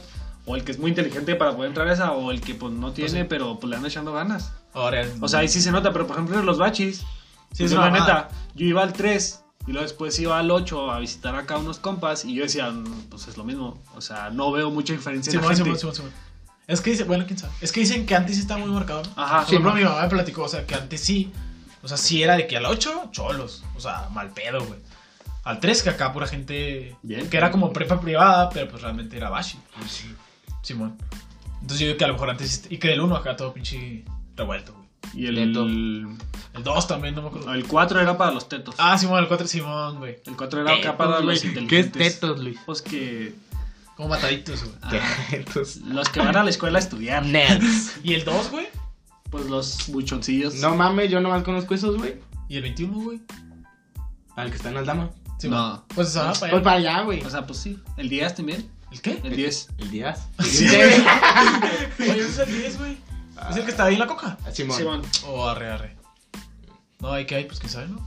S1: o el que es muy inteligente para poder entrar a esa, o el que pues no tiene,
S2: sí.
S1: pero pues le anda echando ganas.
S2: Ahora,
S1: O sea, ahí sí se nota, pero por ejemplo en los bachis,
S2: oh, Sí,
S1: sí,
S2: es
S1: es
S2: una
S1: la
S2: mamada.
S1: neta, yo iba al 3 y luego después iba al 8 a visitar acá unos compas y yo decía, "Mm, pues es lo mismo, o sea, no veo mucha diferencia en la
S2: Simón,
S1: gente.
S2: Simón, Simón, Simón. Es que dice, bueno, quién sabe. Es que dicen que antes sí estaba muy marcado, Ah, ¿no?
S1: Ajá,
S2: Por ejemplo, mi mamá me platicó, o sea, que antes sí. O sea, sí era de que al 8, cholos. O sea, mal pedo, güey. Al 3, que acá pura gente.
S1: Bien.
S2: Que era como prepa privada, pero pues realmente era bashi.
S3: Ah,
S2: Simón. Entonces yo digo que a lo mejor antes. sí- Y que del 1 acá todo pinche revuelto, güey.
S1: y
S3: Neto.
S1: el,
S2: El 2 también, no me acuerdo.
S1: el 4 era para los tetos.
S2: Ah, Simón, el 4, Simón, güey.
S1: El 4 era acá para los
S3: Eh, pues, ¿Qué es
S1: inteligentes.
S3: tetos, Luis?
S1: Pues que
S2: Como mataditos, güey.
S1: ah,
S3: Tetos.
S1: los que van a la escuela a estudiar,
S3: Nerds.
S2: Y el 2, güey.
S1: pues los buchoncillos.
S3: No mames, yo nomás conozco esos, güey.
S2: Y el 21, güey.
S3: Al que está en Aldama.
S1: No.
S2: Pues se va para
S3: Pues
S2: allá.
S3: para allá, güey.
S1: O sea, pues sí, el 10 también,
S2: ¿El qué?
S1: el 10.
S3: El Díaz.
S2: Sí, güey. Oye, ese es el 10, güey. Es el que está ahí en la coca.
S3: Ah, Simón.
S1: Simón.
S2: Oh, arre, arre. No, hay que hay, pues quién sabe, ¿no?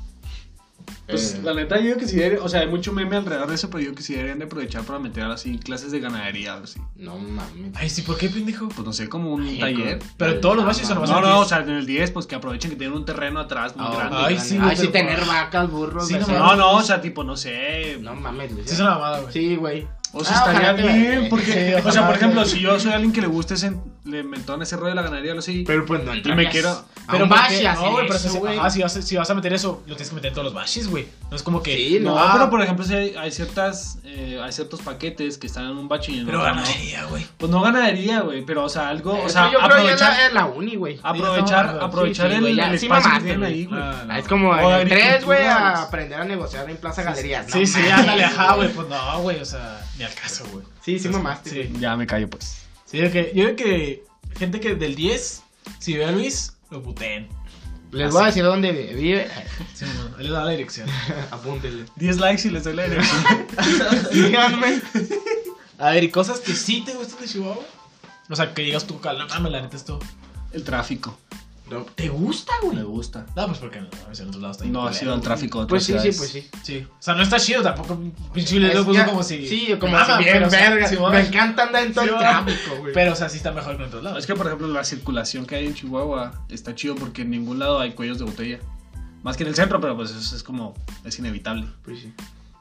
S1: Pues
S3: Eh,
S1: la neta, yo digo que sí, debería- o sea, hay mucho meme alrededor de eso, pero yo digo que sí deberían de aprovechar para meter así clases de ganadería, o así.
S3: No mames.
S2: Ay, sí, ¿por qué, pendejo?
S1: Pues no sé, como un
S3: Ay,
S1: taller.
S3: con-
S2: Pero todos los baches son
S3: Ah,
S2: nomás
S1: No,
S2: el
S1: no, o
S2: 10.
S1: sea, en el 10, pues que aprovechen que tienen un terreno atrás muy
S3: Ah,
S1: grande.
S2: Ay,
S3: grande.
S2: sí, güey,
S3: Ay, sí,
S2: pero-
S3: tener vacas, burros,
S2: Sí,
S3: sí,
S2: no
S1: no, no, o sea, tipo, no sé.
S3: No mames, Luis.
S2: Sí, es una mamada, güey.
S3: Sí, güey.
S1: O sea,
S2: Ah,
S1: estaría
S2: ojalá que la-
S1: bien, porque,
S2: sí,
S1: o sea,
S2: ojalá
S1: por ejemplo,
S2: que-
S1: si yo soy alguien que le guste ese, le inventó en ese rollo de la ganadería, lo sé.
S3: Pero pues no
S1: Y me quiero.
S2: Pero
S3: un
S2: ¿por qué?
S3: bashi a hacer
S2: no, güey, pero
S3: eso,
S2: si,
S3: güey.
S2: ajá, si, vas, a- si vas a meter eso, lo tienes que meter en todos los bashis, güey. No es como que.
S3: Sí,
S1: No,
S3: no.
S1: pero por ejemplo, si hay, hay ciertas, eh, hay ciertos paquetes que están en un bache y en
S2: Pero
S1: otro no.
S2: ganadería, güey.
S1: Pues no ganadería, güey, pero o sea, algo, o
S3: Eso
S1: sea,
S3: yo creo que es
S1: aprovechar,
S3: la, es la uni, güey.
S1: aprovechar,
S2: Sí, no,
S1: aprovechar
S3: sí,
S1: el,
S3: güey, ya,
S1: el
S3: sí
S1: espacio que
S3: mamaste,
S1: tienen
S3: güey.
S1: ahí, güey.
S2: Ah, no.
S3: Ah, Es como
S1: O
S3: en el tres, güey,
S1: agricultura,
S3: a
S1: güey.
S3: aprender a negociar en Plaza Galerías.
S2: Sí,
S3: No
S2: sí,
S3: mames,
S2: ándale, ajá,
S3: güey.
S2: güey. Pues no, güey, o sea, ni al caso, güey.
S3: Sí, sí, mamaste.
S2: Sí.
S3: güey.
S5: Ya me callo, pues.
S2: Sí, yo que, yo creo que gente que del 10, si ve a Luis, lo puteen.
S3: Les
S2: Así.
S3: voy a decir dónde vive.
S2: Sí, no, él le da la dirección.
S3: Apúntenle.
S1: 10 likes y les doy la dirección.
S3: Díganme.
S2: A ver, y cosas que sí te gustan de Chihuahua. O sea, que digas tú, calma, mames, la neta, esto.
S1: el tráfico.
S3: No, ¿Te gusta,
S1: Me
S3: güey?
S1: gusta.
S2: No, pues porque no, a veces en otros lados está bien
S1: No ha
S2: culero,
S1: sido el
S2: güey.
S1: tráfico. de
S3: Pues
S1: otras
S3: sí, sí,
S1: ciudades.
S3: pues sí.
S2: Sí. O sea, no está chido tampoco. Pinche Luis lo
S3: Es
S2: puso
S3: ya-
S2: Pues, como si.
S3: Sí, como
S2: Nada,
S3: si bien
S2: pero, o sea,
S3: verga.
S2: sí, va.
S3: Me encanta andar en todo
S2: Sí,
S3: el
S2: va.
S3: tráfico, güey.
S2: Pero, o sea, sí está mejor que en otros lados.
S1: Es que, por ejemplo, la circulación que hay en Chihuahua está chido porque en ningún lado hay cuellos de botella. Más que en el centro, pero pues eso es como, es inevitable.
S3: Pues sí.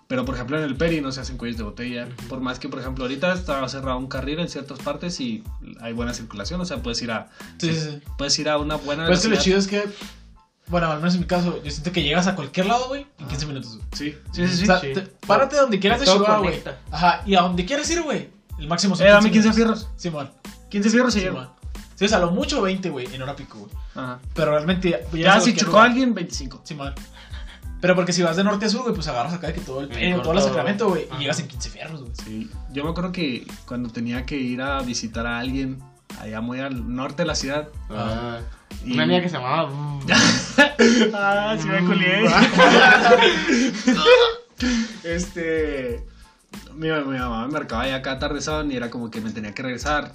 S1: Pero, por ejemplo, en el Peri no se hacen cuellos de botella. Por más que, por ejemplo, ahorita está cerrado un carril en ciertas partes y hay buena circulación. O sea, puedes ir a,
S2: Sí, sí, sí.
S1: puedes ir a una buena
S2: Pero Pues es que lo
S1: velocidad.
S2: chido es que. Bueno, al menos en mi caso, yo siento que llegas a cualquier lado, güey, en 15 minutos. güey.
S1: Sí, sí, sí.
S2: o sea,
S3: Ah. sí.
S2: te- párate donde quieras de
S3: Todo
S2: Chihuahua, güey.
S3: conecta.
S2: Ajá, y a donde quieras ir, güey. El máximo
S1: Eh, dame 15
S2: minutos.
S1: fierros.
S2: Simón.
S1: 15 fierros se
S2: Simón.
S1: lleva.
S2: Sí, o sea, a lo mucho 20, güey, en hora pico, güey.
S1: Ajá.
S2: Pero realmente. llegas
S1: Ya
S2: a
S1: si
S2: cualquier
S1: chocó a
S2: lugar.
S1: alguien, 25.
S2: Simón. Pero porque si vas de norte a sur, güey, pues agarras acá que todo el
S3: En
S2: eh, todo el
S3: corto,
S2: Sacramento, güey,
S3: ajá.
S2: y llegas en 15 fierros, güey.
S1: Sí. Yo me acuerdo que cuando tenía que ir a visitar a alguien allá muy al norte de la ciudad.
S3: Ah.
S1: y-
S3: Una niña que se llamaba.
S2: mm,
S1: Ah, sí me culié. Mm. este. Mi, mi mamá me marcaba ya cada tarde sábado y era como que me tenía que regresar.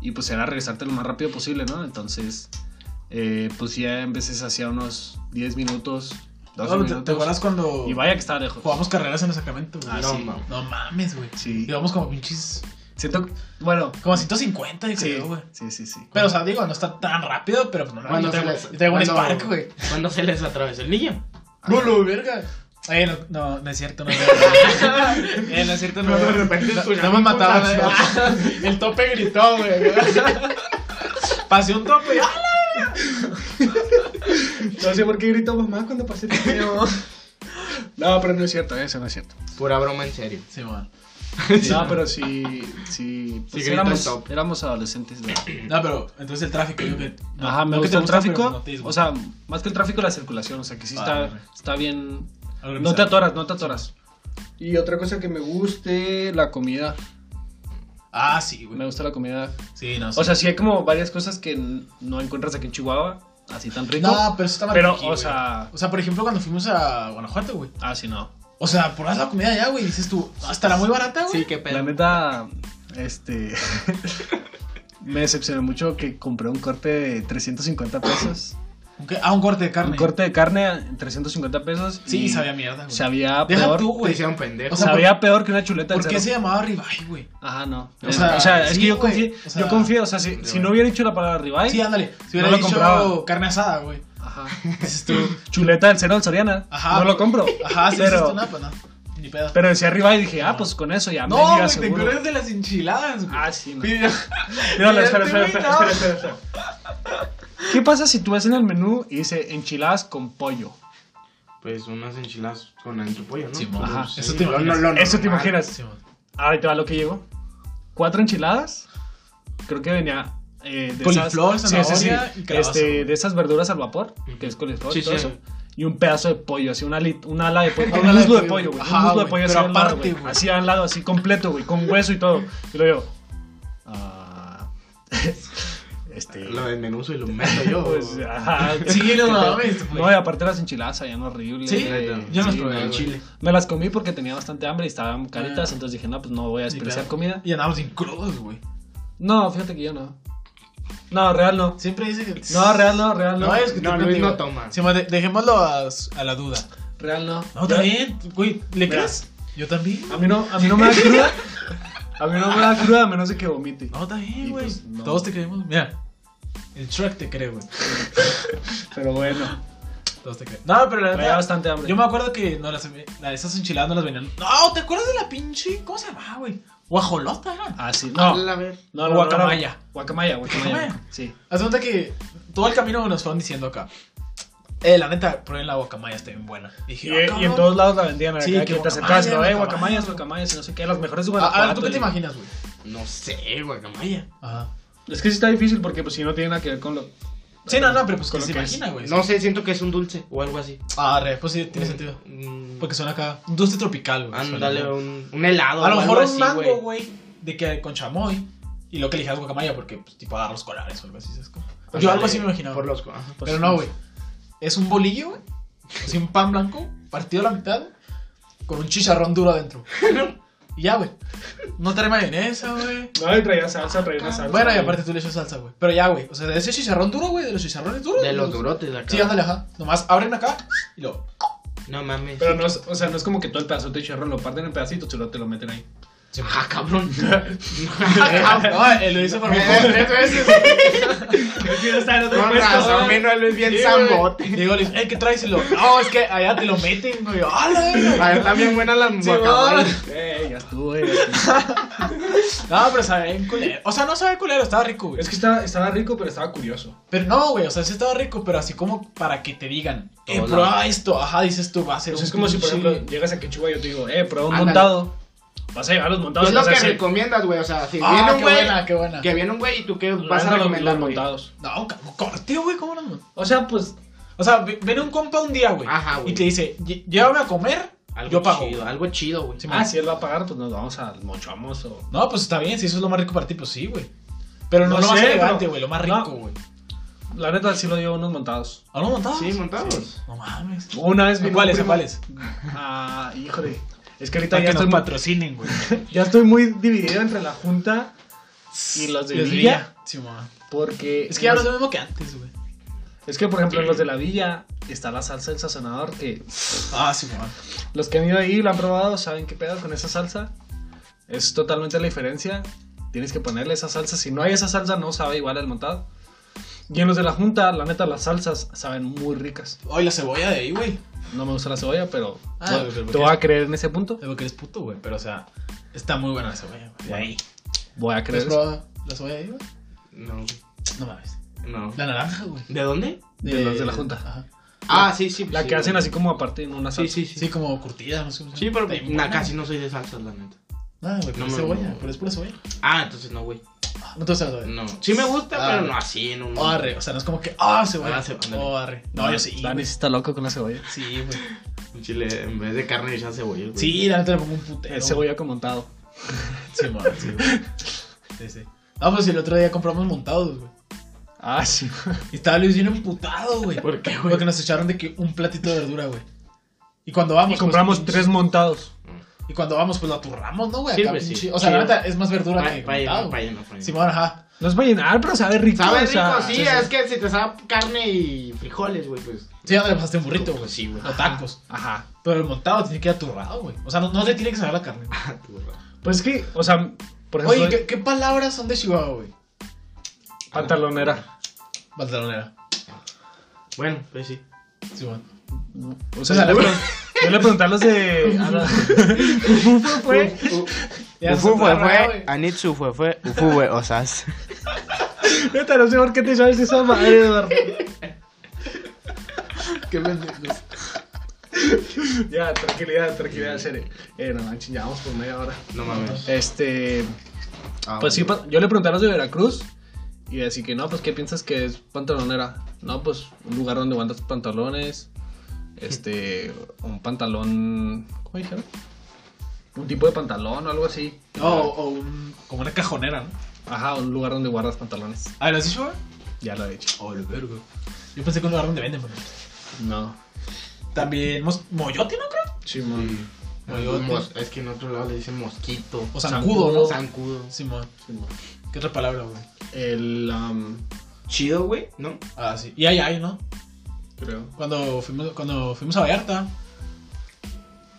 S1: Y pues era regresarte lo más rápido posible, ¿no? Entonces, eh, pues ya en veces hacía unos 10 minutos, 12
S2: No, ¿te-
S1: minutos.
S2: ¿Te acuerdas cuando
S1: Y vaya que estaba lejos.
S2: jugamos carreras en el Sacramento, güey?
S1: Ah,
S3: No,
S1: sí.
S3: mames.
S2: No mames, güey.
S1: Sí.
S2: Íbamos como pinches.
S1: Siento. Bueno.
S2: Como 150, yo
S1: Sí,
S2: creo, güey.
S1: sí, sí, sí.
S2: Pero, o sea, digo, no está tan rápido, pero pues no, no,
S3: Cuando
S2: yo
S3: se
S2: traigo,
S3: les.
S2: yo traigo un
S3: cuando-
S2: Spark, güey.
S3: Cuando se les atravesó el niño.
S2: No, lo verga. Eh, no, no, no es cierto, no. eh, no es cierto, no.
S3: Pero de repente
S2: no,
S3: escuchamos
S2: no me
S3: un
S2: mataban.
S3: putazo.
S2: ¿no? El tope gritó, güey. Pasé un tope. ¡ala!
S1: No sé por qué gritó mamá cuando pasé el video. No, pero no es cierto, eso no es cierto.
S3: Pura broma en serio.
S2: Sí, man.
S1: No, pero sí, sí, pues
S3: grito en
S1: éramos,
S3: top.
S1: éramos adolescentes. ¿no?
S2: No, pero entonces el tráfico, yo que. no,
S1: Ajá, me
S2: no que
S1: gusta
S2: te
S1: el
S2: gusta,
S1: tráfico.
S2: pero pues no te disgusta.
S1: o sea, más que el tráfico, la circulación. O sea, que sí
S2: Ah,
S1: está,
S2: hombre.
S1: está bien. No
S2: Organizado.
S1: te atoras, no te atoras. Y otra cosa que me guste, la comida.
S2: Ah, sí,
S1: Me
S2: güey.
S1: gusta la comida.
S2: Sí, no.
S1: O sea, sí hay como varias cosas que n- no encuentras aquí en Chihuahua, así tan rico.
S2: no, pero eso está mal.
S1: pero,
S2: aquí,
S1: o
S2: güey.
S1: sea-
S2: O sea, por ejemplo, cuando fuimos a Guanajuato, güey.
S1: Ah, sí, no.
S2: O sea, por la comida allá, güey. Dices tú, ah, estará muy barata, güey.
S3: Sí, qué
S1: La
S3: pedo.
S1: neta, este. me decepcionó mucho que compré un corte de 350 pesos.
S2: Un qué? Ah, un corte de carne.
S1: Un corte de carne en 350 pesos.
S2: Sí,
S1: y
S2: sabía mierda, güey.
S1: Sabía
S2: Deja
S1: ah, peor.
S2: tú,
S3: Te
S2: güey.
S3: hicieron pendejo.
S2: O sea,
S1: sabía peor que una chuleta
S2: ¿Por
S1: de
S2: qué
S1: cerdo.
S2: se llamaba ribeye, güey?
S1: Ajá, no.
S2: O
S1: O sea,
S2: sea,
S1: es
S2: sí,
S1: que yo
S2: güey.
S1: confío,
S2: O sea,
S1: yo confío, o sea, si,
S3: de
S1: si
S3: verdad.
S1: no hubiera dicho la palabra ribeye,
S2: Sí, ándale. Si
S1: No
S2: hubiera
S1: lo
S2: dicho
S1: compraba.
S2: carne asada, güey.
S1: ajá,
S2: Dices tú,
S1: chuleta del cerdo al Soriana,
S2: Ajá.
S1: no lo compro.
S2: ajá, sí, dices tú,
S1: pero,
S2: no, pues no. Ni pedo.
S1: pero decía ribeye y dije, ah, pues con eso ya me
S2: no,
S1: llega
S2: güey, te
S1: seguro.
S2: acuerdas de las enchiladas, güey.
S1: Ah, sí, no.
S2: Mira.
S1: No, no,
S2: Mira,
S1: espera,
S2: este
S1: espera,
S2: güey,
S1: espera,
S2: no.
S1: espera, espera, espera. ¿Qué pasa si tú ves en el menú y dice enchiladas con pollo?
S3: Pues unas enchiladas con antropollo, ¿no?
S2: Sí, mo.
S1: Ajá.
S3: Sí,
S2: Eso te
S3: lo-
S2: imaginas.
S3: lo- lo
S1: Eso te
S3: normal.
S1: imaginas.
S2: Sí, man.
S1: Ahí te va lo que llegó. Cuatro enchiladas. Creo que venía eh, de
S2: Coliflor,
S1: esas,
S2: zanahoria y calabaza,
S1: este,
S2: güey.
S1: de esas verduras al vapor, que es coliflor,
S3: Sí,
S1: todo
S3: sí.
S1: eso. Y un pedazo de pollo, así, una, ali- una ala de pollo.
S2: Una
S1: un
S2: ala de
S1: muslo de pollo,
S2: pollo, güey.
S1: güey.
S2: Ajá,
S1: Un muslo de
S2: güey,
S1: pollo así
S2: pero
S1: al lado,
S2: aparte,
S1: güey.
S2: güey.
S1: Así al lado, así completo, güey, con hueso y todo. Y luego yo. ah, este.
S3: Lo desmenuzo y lo meto yo.
S1: Pues, ajá,
S2: Sí, no
S1: qué pedo.
S2: mames, güey.
S1: No, y aparte las enchiladas sabían horrible.
S2: Sí,
S1: eh,
S2: yo las
S1: sí,
S2: probé,
S1: no,
S3: en
S2: güey.
S3: Chile.
S1: Me las comí porque tenía bastante hambre y estaban caritas,
S2: Ah.
S1: entonces dije, no, pues no voy a
S2: Sí,
S1: despreciar
S2: claro.
S1: comida.
S2: Y andábamos sin crudos, güey.
S1: No, fíjate que yo no. No, real no.
S2: Siempre dice que.
S1: No, real no, real no.
S2: No, es que
S3: No, Luis no toma.
S2: Sí, man, de- dejémoslo a, a la duda.
S1: Real no.
S2: No,
S1: Yo-
S2: también, güey, ¿le
S1: Mira.
S2: crees? Yo también.
S1: A mí no, a mí no me da cruda. A mí no me da cruda a menos de que vomite.
S2: No,
S1: Y
S2: también, güey.
S1: pues, no.
S2: Todos te creemos. Mira, el Shrek te cree, güey.
S1: Pero bueno.
S2: Todos te creen. No, pero la
S1: Traía
S2: neta.
S1: bastante hambre.
S2: Yo me acuerdo que no, las, la- esas enchiladas no las venían. No, ¿te acuerdas de la pinche. ¿Cómo se llamaba, güey? Guajolota, era.
S1: Ah, sí. No,
S3: A ver.
S1: no, no,
S2: Guacamaya.
S1: no, no. Guacamaya, guacamaya.
S2: Guacamaya.
S1: Sí.
S2: Haz de cuenta que todo el camino nos fueron diciendo acá. Eh, la neta, prueben la guacamaya, está bien buena. Dije,
S1: Y, eh,
S2: ah,
S1: y en
S2: cabrón.
S1: todos lados la vendían.
S2: Sí,
S1: Sí, que
S2: que
S1: te acercabas,
S2: guacamaya,
S1: no, eh,
S2: guacamaya.
S1: guacamayas, guacamayas, no sé qué, las mejores de
S2: Ah, ah, ¿tú
S1: Guanajuato
S2: qué te
S1: y-
S2: imaginas, güey?
S3: No sé, guacamaya.
S2: Ajá.
S1: Es que sí está difícil porque pues si no tiene nada que ver con lo...
S2: Sí, no, no, pero pues
S1: Con
S2: que
S1: lo
S2: se
S1: que es.
S2: imagina, güey.
S3: No sé, siento que es un dulce o algo así.
S2: Ah, re, pues sí, tiene sentido.
S3: Mm,
S2: Porque son acá. Un dulce tropical, güey.
S3: Ándale,
S2: suena.
S3: un, un helado.
S2: A lo
S3: o
S2: mejor
S3: algo
S2: un
S3: así,
S2: mango, güey. De que con chamoy. Y lo que elijas guacamaya, porque, pues, tipo, agarra los colores o algo así, ¿sabes? cómo? Yo algo así me imaginaba.
S3: Por los. co- ajá.
S2: Pero no, güey. Es un bolillo, güey. Así un pan blanco, partido a la mitad, güey, con un chicharrón duro adentro. y ya, güey. No trae mayonesa, güey.
S1: No, y traía salsa, traía una salsa.
S2: Bueno, y
S1: güey.
S2: aparte tú le echas salsa, güey. Pero ya, güey. O sea, de ese chicharrón duro, güey, de los chicharrones duros.
S3: De los durotes acá.
S2: Sí, ándale, ajá. Nomás abren acá y lo.
S3: No mames.
S1: Pero no es, o sea, no es como que todo el pedazo de chicharrón lo parten en pedacitos y luego te lo meten ahí.
S3: Ah, cabrón.
S2: no, él lo hizo por mi
S3: Tres veces. Con razón, vino a Luis bien zambote.
S2: Digo, le dice, eh, ¿qué traes? Y lo. No, es que allá te lo meten, güey. "Ah, ¡Hala, güey!
S3: A ver, están Ah, bien buenas las
S2: Sí,
S3: guacamayas.
S1: Eh, ya estuvo, eh, ya estuvo.
S2: No, pero sabe bien culero. O sea, no sabe culero, estaba rico, güey.
S1: Es que estaba, estaba rico, pero estaba curioso.
S2: Pero no, güey, o sea, sí estaba rico, pero así como para que te digan, eh,
S3: Hola.
S2: prueba esto, ajá, dices tú, va a ser
S1: Pues
S2: un
S1: es como si, por
S2: pinche-
S1: ejemplo, llegas a Quechua y yo te digo, eh, prueba un
S3: Ándale.
S1: montado. Vas a llevar los montados.
S3: Es
S1: y
S3: lo
S1: vas a
S3: que
S1: decir,
S3: recomiendas, güey. O sea, si
S2: Ah,
S3: viene un
S2: qué
S3: güey.
S2: buena, qué buena.
S3: Que viene un güey y tú qué
S1: "Los
S3: vas a
S1: los-
S3: recomendar,
S1: los
S3: güey.
S1: montados.
S2: No, un corte, güey, ¿cómo no?
S1: O sea, pues,
S2: O sea, ve- viene un compa un día, güey,
S3: Ajá, güey.
S2: y te dice, "Lle- llévame a comer, yo pago.
S3: chido, algo chido, güey.
S2: Sí,
S1: ah,
S2: man.
S1: si él va a pagar, pues nos vamos al mochoamos o...
S2: No, pues está bien, si eso es lo más rico para ti, pues sí, güey. Pero no,
S1: No
S2: lo más
S1: sé,
S2: elegante,
S1: pero-
S2: güey, lo más
S1: no.
S2: rico, güey.
S1: La neta, sí lo llevo unos montados.
S2: ¿A lo montado?
S3: Sí, montados.
S2: ¿Ah, No mames.
S1: Una vez vino
S2: ¿Cuáles,
S1: un primo-
S2: cuáles?
S1: Ah, híjole. Es que ahorita
S2: Para
S1: ya
S2: que nos
S1: estoy, muy-
S2: patrocinen, güey.
S1: ya estoy muy dividido entre la junta y los de
S2: Los de
S1: Villa.
S2: Sí, mamá.
S1: Porque...
S2: Es que ya no es lo mismo que antes, güey.
S1: Es que, por ejemplo, en los de la villa está la salsa del sazonador que
S2: Ah, sí, mamá.
S1: los que han ido ahí y la han probado saben qué pedo con esa salsa. Es totalmente la diferencia. Tienes que ponerle esa salsa. Si no hay esa salsa, no sabe igual al montado. Y en los de la junta, la neta, las salsas saben muy ricas.
S2: Ay, la cebolla de ahí, güey.
S1: No me gusta la cebolla, pero
S2: Ah,
S1: te-
S2: güey, pero
S1: te
S2: porque-
S1: voy a creer en ese punto.
S2: Es que eres puto, güey. Pero, o sea, está muy buena la cebolla, güey. De ahí.
S1: Voy a
S2: ¿Has
S1: creer.
S2: probado la cebolla de ahí, güey?
S3: No,
S2: No mames.
S3: no.
S2: La naranja, güey.
S3: ¿De dónde?
S1: De los de la junta.
S2: Ajá.
S3: Ah, sí, sí.
S1: La
S3: sí,
S1: que hacen
S3: güey.
S1: así como aparte en una
S3: Sí,
S1: salsa.
S3: sí, sí.
S2: Sí, como curtida, no sé cómo se
S3: Sí,
S2: llama.
S3: pero
S2: Está bien
S3: nah,
S2: buena.
S3: casi no soy de salsas, la neta.
S2: Nada, güey, pero
S3: No,
S2: es
S3: no,
S2: cebolla,
S3: no.
S2: pero es pura cebolla. Ah,
S3: Ah, entonces no, güey.
S2: No te gusta la cebolla.
S3: No. Sí me gusta,
S2: Ah.
S3: pero no así, no.
S2: Oh, arre, o sea, no es como que, ah, cebolla.
S3: Ah, cebolla, ándale.
S2: Oh, arre. No, yo sí.
S1: Dani
S2: güey.
S1: sí está loco con la cebolla.
S2: Sí, güey.
S3: Un chile, en vez de carne le echan cebolla, güey.
S2: Sí, la neta le pongo un putero.
S1: Es
S2: güey.
S1: cebolla con montado.
S2: Sí, madre, sí, güey. Sí, sí. No, pues el otro día compramos montados, güey.
S1: Ah, sí.
S2: Y estaba Luis bien emputado, güey.
S3: ¿Por qué, güey?
S2: Porque nos echaron de que un platito de verdura, güey. Y cuando vamos.
S1: Y compramos
S2: pues,
S1: tres montados.
S2: Y cuando vamos, pues la aturramos, ¿no, güey?
S3: Sí,
S2: Acá,
S3: pues, sí.
S2: pinche- O sea, la
S3: Sí.
S2: neta es más verdura
S3: Pa-
S2: que
S3: pa'
S2: montado,
S3: llenar, pa'
S2: güey.
S3: llenar, pa' llenar.
S2: Simón, ajá.
S1: No es para llenar, pero sabe rico.
S3: Sabe
S1: o sea,
S3: rico, sí,
S2: sí, sí.
S3: es que si te sabe carne y frijoles, güey, pues.
S2: Sí, ya le pasaste un burrito, güey.
S3: Pues sí, güey.
S2: O tacos.
S1: Ajá.
S2: Pero el montado tiene que ir aturrado, güey. O sea, no, no le tiene que saber la carne. güey.
S3: Ah,
S1: Pues es que, o sea, por ejemplo,
S2: Oye, ¿qué, qué palabras son de Chihuahua, güey?
S1: pantalonera.
S2: Pantalonera.
S3: Bueno, pues sí.
S2: Simón.
S1: O sea, yo le, pregun- yo le pregunté a los de. a la-
S3: Fue.
S2: Ya se aturra, güey.
S3: Anitsu fue, fue. Ufu, güey, osas.
S1: Neta, no sé por qué te sabes esa madre, Eduardo.
S2: Qué pendejos.
S1: Ya, tranquilidad, tranquilidad, serio. Eh, no manches, ya vamos por media hora.
S3: No mames.
S1: Este.
S3: Ah,
S1: Pues sí,
S3: güey.
S1: pa- yo le pregunté a los de Veracruz. Y así que no, pues, ¿qué piensas que es pantalonera? No, pues, un lugar donde guardas pantalones. Este. Un pantalón. ¿Cómo dijeron? Un tipo de pantalón o algo así.
S2: No, o, o un, como una cajonera, ¿no?
S1: Ajá, un lugar donde guardas pantalones.
S2: Ah, ¿lo has dicho, güey?
S1: Ya lo he hecho.
S2: Oh, lo vergo. Yo pensé que un lugar donde venden, pero.
S1: No.
S2: También. mos- Moyote, ¿no creo?
S1: Simón.
S2: Moyote.
S3: Mos- Es que en otro lado le dicen mosquito.
S2: O zancudo, ¿no?
S3: Zancudo.
S2: Simón.
S1: Simón.
S2: ¿Qué otra palabra, güey?
S1: El. um, am,
S3: Chido, güey, ¿no?
S2: Ah, sí. Y ay, ay, ¿no?
S1: creo.
S2: Cuando fuimos, cuando fuimos a Vallarta,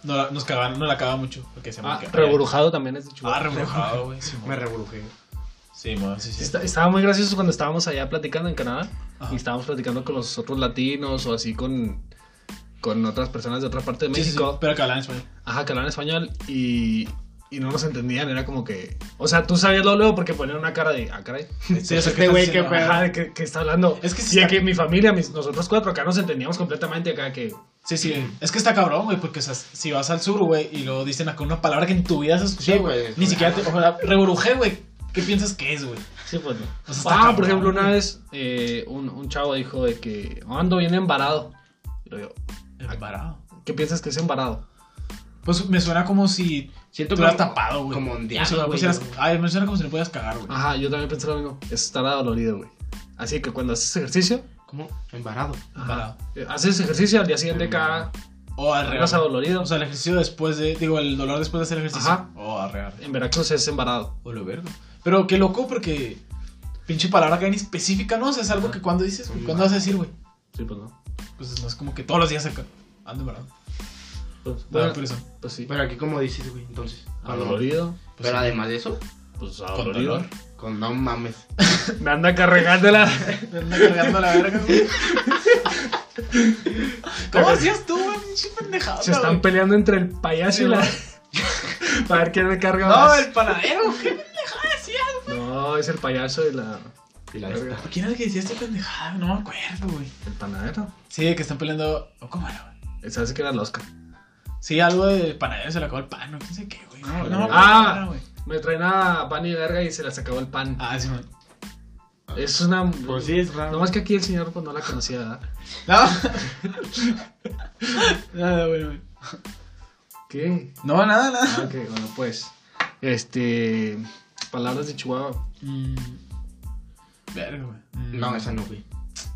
S2: no la, nos cagaban, no la cagaba mucho. Porque se
S1: Ah,
S2: llama que-
S1: reburujado también es de
S2: Ah,
S1: Chihuahua.
S2: rebrujado, güey. Sí, mo.
S3: Me rebrujé.
S2: Sí, mo, sí, sí.
S1: Está- estaba muy gracioso cuando estábamos allá platicando en Canadá
S2: Ajá.
S1: y estábamos platicando con los otros latinos o así con con otras personas de otra parte de
S2: Sí, sí, sí,
S1: México.
S2: pero que hablan español.
S1: Ajá, que hablaban español y, y no nos entendían. Era como que. O sea, tú sabías lo luego porque ponían una cara de. Ah, caray.
S2: Sí, o sea,
S3: Este güey, qué
S2: que
S3: pedo.
S1: Ajá, ¿de qué, qué está hablando?
S2: Es que sí
S1: Y
S2: está-
S1: que mi familia, mis, nosotros cuatro acá nos entendíamos completamente. Acá que.
S2: Sí, sí. Es que está cabrón, güey, porque o sea, si vas al sur, güey, y luego dicen acá una palabra que en tu vida has escuchado,
S3: Sí, güey,
S2: güey. Ni
S3: claro.
S2: siquiera te. O sea, reburujé, güey. ¿Qué piensas que es, güey?
S1: Sí, pues no.
S2: O sea, está
S1: ah,
S2: cabrón,
S1: por ejemplo, una
S2: güey.
S1: vez eh, un, un chavo dijo de que "Oh, ando bien embarado. Y luego yo,
S2: Embarado.
S1: ¿qué piensas que es embarado?
S2: Pues me suena como si
S3: Siento
S2: tú
S3: que
S2: lo has tapado, güey.
S3: como ondeado,
S2: O sea,
S3: güey,
S2: pusieras-
S3: ¿no?
S2: Ay, me suena como si le pudieras cagar, güey.
S1: Ajá, yo también pensé lo mismo. Es estar adolorido, güey. Así que cuando haces ejercicio,
S3: ¿Cómo? Embarado.
S2: Embarado.
S1: eh, haces ejercicio al día siguiente acá,
S2: O arrear.
S1: regresas adolorido.
S2: O sea, el ejercicio después de. Digo, el dolor después de hacer ejercicio.
S1: Ajá.
S2: O arrear.
S1: en Veracruz es embarado.
S2: O lo vergo. Pero qué loco, porque. Pinche palabra que en específica, ¿no? O sea, es algo que cuando dices, güey. ¿Cuándo vas a decir, güey?
S1: Sí, pues no.
S2: Pues no es como que todos los días acá. Ando embarado.
S1: Pues,
S2: Bueno,
S1: bueno,
S2: por eso.
S1: pues sí.
S3: Pero aquí, como dices, güey, entonces.
S1: Ah, Adolorido.
S3: Pero además de eso,
S1: Pues
S2: Ah, Con dolor.
S1: adolorido.
S3: con no mames.
S1: Me anda carregándola.
S2: Me anda cargando la verga, güey. ¿Cómo hacías tú, güey? Pinche pendejada,
S1: Se están
S2: Ah, güey.
S1: peleando entre el payaso y la. Para ver quién le carga
S2: No,
S1: más.
S2: el panadero, ¿qué pendejada decías?
S1: No, es el payaso y la. Y la verga.
S2: ¿Quién era el que decía este pendejada? No me acuerdo, güey.
S1: El panadero.
S2: Sí, que están peleando. ¿O cómo era, güey?
S1: Esa sí que era el Oscar.
S2: Sí, algo de panadero se le acabó el pan, no quién sé qué, güey. No, no me acuerdo
S1: Ah.
S2: cómo era, güey.
S1: Me traen a pan y verga y se les acabó el pan.
S2: Ah, sí, güey.
S1: Es una.
S3: Pues sí, es raro.
S1: Nomás que aquí el señor pues, no la conocía, ¿verdad?
S2: No. Nada, güey, güey.
S1: ¿Qué?
S2: No, nada,
S1: Ah,
S2: nada.
S1: ok, bueno, pues. Este. Palabras de Chihuahua.
S2: Mm. Verga, güey. Mm.
S3: No, esa no, güey.